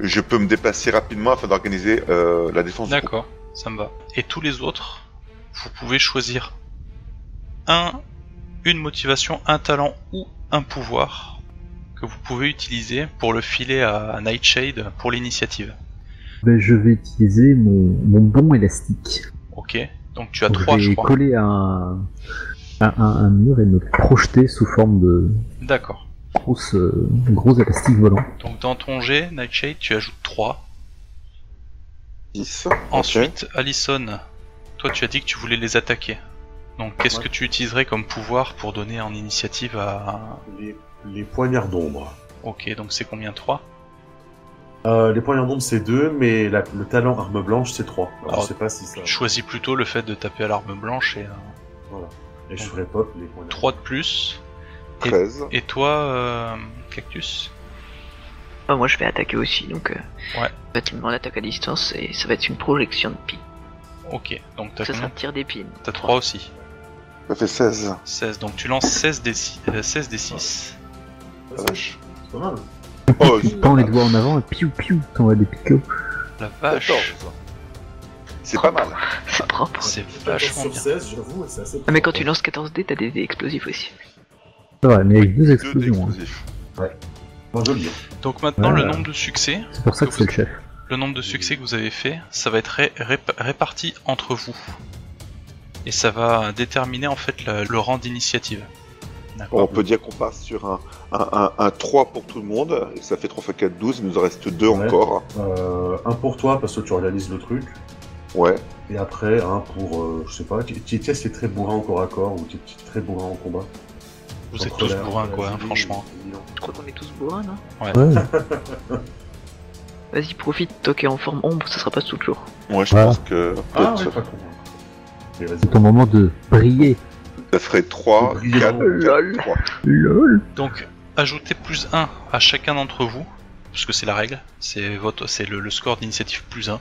[SPEAKER 3] je peux me déplacer rapidement afin d'organiser euh, la défense. du
[SPEAKER 1] D'accord, ça me va. Et tous les autres, vous pouvez choisir un, une motivation, un talent ou un pouvoir que vous pouvez utiliser pour le filer à, à Nightshade pour l'initiative.
[SPEAKER 2] Ben, je vais utiliser mon, mon bon élastique.
[SPEAKER 1] Ok, donc tu as
[SPEAKER 2] Donc,
[SPEAKER 1] trois,
[SPEAKER 2] je
[SPEAKER 1] je
[SPEAKER 2] vais
[SPEAKER 1] crois.
[SPEAKER 2] coller à un, à un- un mur et me projeter sous forme de
[SPEAKER 1] D'accord.
[SPEAKER 2] grosse, euh, gros élastique volant.
[SPEAKER 1] Donc dans ton jet, Nightshade, tu ajoutes 3.
[SPEAKER 3] groupe. Six.
[SPEAKER 1] Ensuite, Allison, toi tu as dit que tu voulais les attaquer. Donc qu'est-ce
[SPEAKER 4] Ouais.
[SPEAKER 1] que tu utiliserais comme pouvoir pour donner en initiative à...
[SPEAKER 4] Les, les poignards d'ombre.
[SPEAKER 1] Ok, donc c'est combien 3
[SPEAKER 4] Euh, les poignards d'ombre c'est 2, mais la- le talent arme blanche c'est 3. Alors,
[SPEAKER 1] Alors,
[SPEAKER 4] je sais pas si ça.
[SPEAKER 1] Tu choisis plutôt le fait de taper à l'arme blanche et
[SPEAKER 4] Et je ferai pop les poignards.
[SPEAKER 1] 3 de plus. Et-
[SPEAKER 3] 13.
[SPEAKER 1] Et toi, euh, Cactus
[SPEAKER 5] Bah, moi, je vais attaquer aussi, donc. euh,
[SPEAKER 1] Ouais.
[SPEAKER 5] Ça va être une attaque à distance et ça va être une projection de pin.
[SPEAKER 1] Ok, donc t'as
[SPEAKER 5] Ça sera
[SPEAKER 1] combien
[SPEAKER 5] un tir d'épine.
[SPEAKER 1] T'as 3 aussi.
[SPEAKER 3] Ça fait 16.
[SPEAKER 1] 16, donc tu lances 16 des, six- euh, 16 des 6.
[SPEAKER 4] Ouais, c'est- c'est pas mal. hein.
[SPEAKER 3] Oh,
[SPEAKER 2] Je Tends les doigts en avant et piou piou, t'envoies des picots.
[SPEAKER 1] La
[SPEAKER 3] 14.
[SPEAKER 1] vache,
[SPEAKER 3] C'est pas mal.
[SPEAKER 5] <laughs> C'est propre.
[SPEAKER 1] c'est vachement
[SPEAKER 4] Vachement sur
[SPEAKER 1] bien.
[SPEAKER 4] 16, j'avoue, c'est assez.
[SPEAKER 5] Ah, mais quand tu lances 14 dés, t'as des, des explosifs aussi.
[SPEAKER 2] C'est vrai, mais avec deux
[SPEAKER 3] Deux
[SPEAKER 2] explosions. hein.
[SPEAKER 3] explosifs.
[SPEAKER 4] Enfin, joli. hein.
[SPEAKER 1] Donc maintenant le
[SPEAKER 2] Voilà.
[SPEAKER 1] nombre de succès.
[SPEAKER 2] C'est pour ça que c'est le chef.
[SPEAKER 1] Le nombre de succès que vous avez fait, ça va être ré- rép- réparti entre vous. Et ça va déterminer en fait la- le rang d'initiative.
[SPEAKER 3] On
[SPEAKER 1] D'accord.
[SPEAKER 3] peut dire qu'on passe sur un, un, un, un 3 pour tout le monde. Ça fait 3 x 4, 12. Il nous en reste 2
[SPEAKER 4] Ouais.
[SPEAKER 3] encore.
[SPEAKER 4] Euh, un pour toi parce que tu organises le truc.
[SPEAKER 3] Ouais.
[SPEAKER 4] Et après, un pour, euh, je sais pas, qui, qui, qui est-ce qui est très bourrin en corps à corps ou qui, qui est très bourrin en combat
[SPEAKER 1] Vous êtes
[SPEAKER 4] Entre
[SPEAKER 1] tous
[SPEAKER 4] la-
[SPEAKER 1] bourrins,
[SPEAKER 4] la
[SPEAKER 1] quoi, hein,
[SPEAKER 4] Julie,
[SPEAKER 1] franchement.
[SPEAKER 4] le bilan.
[SPEAKER 5] Je crois qu'on est tous bourrins, non
[SPEAKER 2] Ouais.
[SPEAKER 5] Vas-y, profite, toi qui es en forme ombre, ça sera pas tout le jour.
[SPEAKER 3] Moi, je
[SPEAKER 2] Voilà.
[SPEAKER 3] pense que
[SPEAKER 4] Ah,
[SPEAKER 3] peut-être
[SPEAKER 4] ouais, pas con. hein. Mais vas-y.
[SPEAKER 2] C'est ton moment de briller.
[SPEAKER 3] ça ferait 3,
[SPEAKER 4] Brillant.
[SPEAKER 3] 4,
[SPEAKER 5] Lol.
[SPEAKER 3] 3.
[SPEAKER 2] Lol.
[SPEAKER 1] Donc, ajoutez plus 1 à chacun d'entre vous, parce que c'est la règle, c'est votre, c'est le, le score d'initiative plus 1,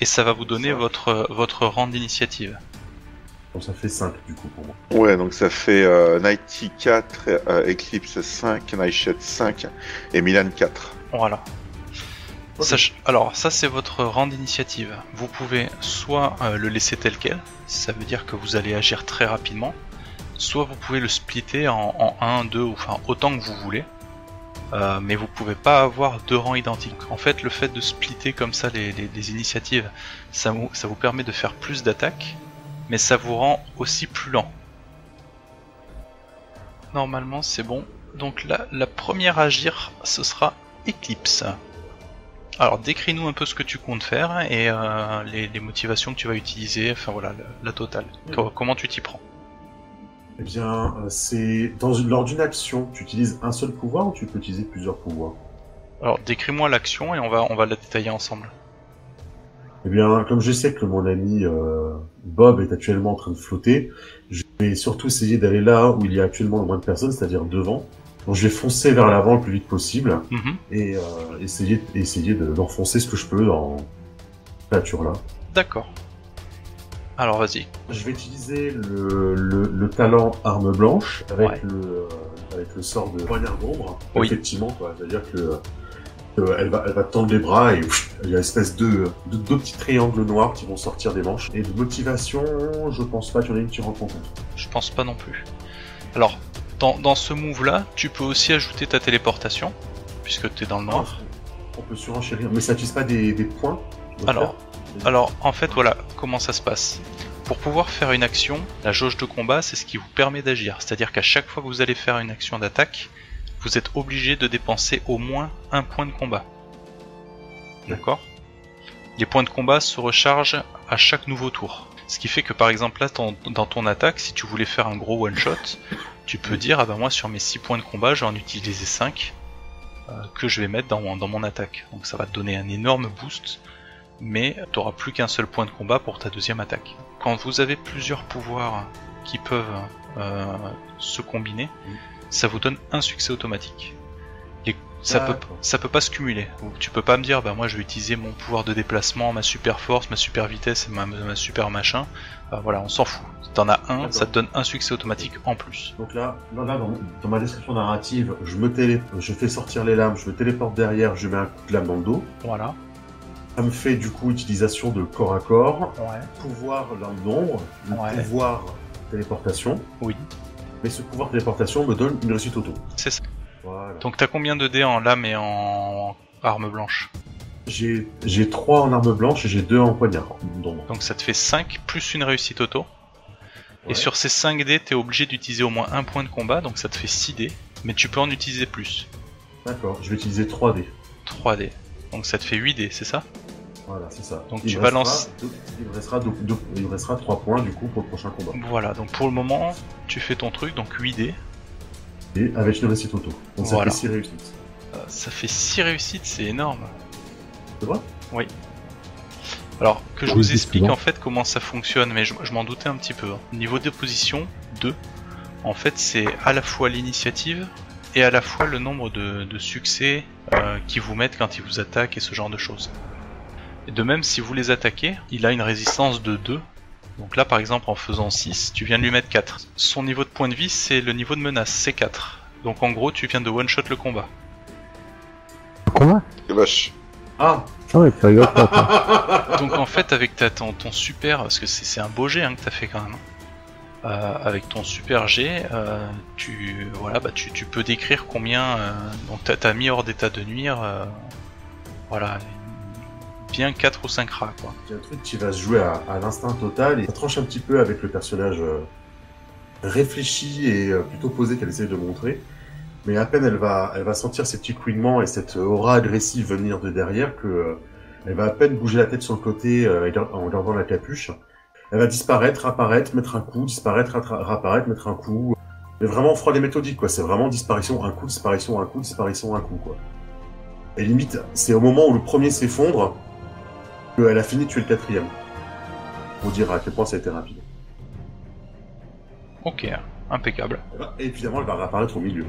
[SPEAKER 1] et ça va vous donner
[SPEAKER 4] Ça.
[SPEAKER 1] votre, euh, votre rang d'initiative.
[SPEAKER 4] Bon, ça fait 5 du coup pour moi.
[SPEAKER 3] Ouais, donc ça fait euh, Nighty 4, euh, Eclipse 5, Nightshade 5 et Milan 4.
[SPEAKER 1] Voilà.
[SPEAKER 4] Ok.
[SPEAKER 1] Sach- alors, ça c'est votre rang d'initiative. Vous pouvez soit euh, le laisser tel quel, ça veut dire que vous allez agir très rapidement, soit vous pouvez le splitter en, 1, 2, ou enfin autant que vous voulez. Euh, mais vous pouvez pas avoir deux rangs identiques. En fait, le fait de splitter comme ça les, les- les initiatives, ça vous, ça vous permet de faire plus d'attaques, mais ça vous rend aussi plus lent. Normalement, c'est bon. Donc là, la première à agir, ce sera Eclipse. Alors décris-nous un peu ce que tu comptes faire et euh, les, les motivations que tu vas utiliser, enfin voilà, le- la totale. Co- comment tu t'y prends
[SPEAKER 4] Eh bien, euh, c'est dans une... lors d'une action, tu utilises un seul pouvoir ou tu peux utiliser plusieurs pouvoirs
[SPEAKER 1] Alors décris-moi l'action et on va, on va la détailler ensemble.
[SPEAKER 4] Eh bien, comme je sais que mon ami euh, Bob est actuellement en train de flotter, je vais surtout essayer d'aller là où il y a actuellement le moins de personnes, c'est-à-dire devant. Donc je vais foncer vers l'avant le plus vite possible
[SPEAKER 1] Mhm.
[SPEAKER 4] et euh, essayer, essayer de- d'enfoncer ce que je peux dans la nature là.
[SPEAKER 1] D'accord. Alors vas-y.
[SPEAKER 4] Je vais utiliser le, le, le talent arme blanche avec,
[SPEAKER 1] Ouais.
[SPEAKER 4] le, euh, avec le sort de poignard d'ombre.
[SPEAKER 1] Oui.
[SPEAKER 4] Effectivement, quoi. c'est-à-dire que euh, elle, va, elle va tendre les bras et pff, il y a une espèce de, de deux petits triangles noirs qui vont sortir des manches. Et de motivation, je pense pas qu'il y en ait une qui rentre en compte.
[SPEAKER 1] Je pense pas non plus. Alors dans, dans ce move là, tu peux aussi ajouter ta téléportation puisque tu es dans le noir.
[SPEAKER 4] On peut surenchérir, mais ça n'utilise pas des, des points. de
[SPEAKER 1] Alors,
[SPEAKER 4] faire.
[SPEAKER 1] Alors en fait voilà comment ça se passe. Pour pouvoir faire une action, la jauge de combat c'est ce qui vous permet d'agir. C'est-à-dire qu'à chaque fois que vous allez faire une action d'attaque, vous êtes obligé de dépenser au moins un point de combat. D'accord Les points de combat se rechargent à chaque nouveau tour. Ce qui fait que par exemple là ton- dans ton attaque, si tu voulais faire un gros one shot, tu peux dire ah ben moi sur mes 6 points de combat je vais en utiliser 5 que je vais mettre dans mon, dans mon attaque. Donc ça va te donner un énorme boost mais tu n'auras plus qu'un seul point de combat pour ta deuxième attaque. Quand vous avez plusieurs pouvoirs qui peuvent euh, se combiner,
[SPEAKER 4] Mm.
[SPEAKER 1] ça vous donne un succès automatique. Et ça peut,
[SPEAKER 4] D'accord.
[SPEAKER 1] ça peut pas se cumuler. Tu peux pas me dire, bah moi je vais utiliser mon pouvoir de déplacement, ma super force, ma super vitesse et ma, ma super machin. Euh, voilà, on s'en fout. T'en as un,
[SPEAKER 4] D'accord.
[SPEAKER 1] ça te donne un succès automatique en plus.
[SPEAKER 4] Donc là, là, là, dans, dans ma description narrative, je me télé, je fais sortir les lames, je me téléporte derrière, je mets un coup de lame dans le dos.
[SPEAKER 1] Voilà.
[SPEAKER 4] Ça me fait du coup utilisation de corps à corps,
[SPEAKER 1] Ouais.
[SPEAKER 4] pouvoir l'arme d'ombre, le
[SPEAKER 1] Ouais.
[SPEAKER 4] pouvoir téléportation.
[SPEAKER 1] Oui.
[SPEAKER 4] Mais ce pouvoir téléportation me donne une réussite auto.
[SPEAKER 1] C'est ça.
[SPEAKER 4] Voilà.
[SPEAKER 1] Donc t'as combien de dés en lame et en arme blanche
[SPEAKER 4] J'ai j'ai trois en arme blanche et j'ai deux en poignard d'ombre.
[SPEAKER 1] Donc ça te fait 5 plus une réussite auto.
[SPEAKER 4] Ouais.
[SPEAKER 1] Et sur ces 5 dés, t'es obligé d'utiliser au moins un point de combat, donc ça te fait 6 dés. Mais tu peux en utiliser plus.
[SPEAKER 4] D'accord, je vais utiliser 3 dés.
[SPEAKER 1] 3 dés. Donc ça te fait 8 dés, c'est ça
[SPEAKER 4] Voilà, c'est ça.
[SPEAKER 1] Donc
[SPEAKER 4] il
[SPEAKER 1] tu
[SPEAKER 4] me restera
[SPEAKER 1] balances-
[SPEAKER 4] deux- il me restera, deux- deux- il me restera 3 points du coup pour le prochain combat.
[SPEAKER 1] Voilà, donc pour le moment, tu fais ton truc, donc 8 dés.
[SPEAKER 4] Et avec une réussite auto. Donc ça
[SPEAKER 1] Voilà.
[SPEAKER 4] fait 6 réussites.
[SPEAKER 1] Euh, ça fait 6 réussites, c'est énorme.
[SPEAKER 4] C'est vrai
[SPEAKER 1] Alors que je
[SPEAKER 2] Oui,
[SPEAKER 1] vous
[SPEAKER 2] c'est
[SPEAKER 1] explique
[SPEAKER 2] souvent.
[SPEAKER 1] en fait comment ça fonctionne, mais je, je m'en doutais un petit peu. hein. Niveau déposition 2, en fait c'est à la fois l'initiative et à la fois le nombre de, de succès euh, qu'ils vous mettent quand ils vous attaquent et ce genre de choses. Et de même si vous les attaquez, il a une résistance de 2. Donc là par exemple en faisant 6, tu viens de lui mettre 4. Son niveau de point de vie c'est le niveau de menace, c'est 4. Donc en gros tu viens de one-shot le combat.
[SPEAKER 2] Combat
[SPEAKER 3] C'est vache.
[SPEAKER 4] Ah
[SPEAKER 2] Ah ouais, tu rigoles pas, toi.
[SPEAKER 1] Donc en fait, avec ta, ton, ton super, parce que c'est c'est un beau jet hein, que t'as fait quand même. hein. Euh, avec ton super jet, euh, tu voilà, bah tu, tu peux décrire combien euh, donc t'as t'as mis hors d'état de nuire, euh, voilà, bien 4 ou 5 rats quoi.
[SPEAKER 4] Il y a un truc qui va se jouer à, à l'instinct total et ça tranche un petit peu avec le personnage euh, réfléchi et euh, plutôt posé qu'elle essaie de montrer. Mais à peine elle va, elle va sentir ces petits couinements et cette aura agressive venir de derrière que euh, elle va à peine bouger la tête sur le côté euh, gar- en gardant la capuche. Elle va disparaître, apparaître, mettre un coup, disparaître, attra- réapparaître, mettre un coup. Mais vraiment froid et méthodique, quoi. C'est vraiment disparition, un coup, disparition, un coup, disparition, un coup, quoi. Et limite, c'est au moment où le premier s'effondre qu'elle a fini de tuer le quatrième. Pour dire à quel point ça a été rapide.
[SPEAKER 1] Ok, impeccable.
[SPEAKER 4] Eh ben, Et évidemment, elle va réapparaître au milieu.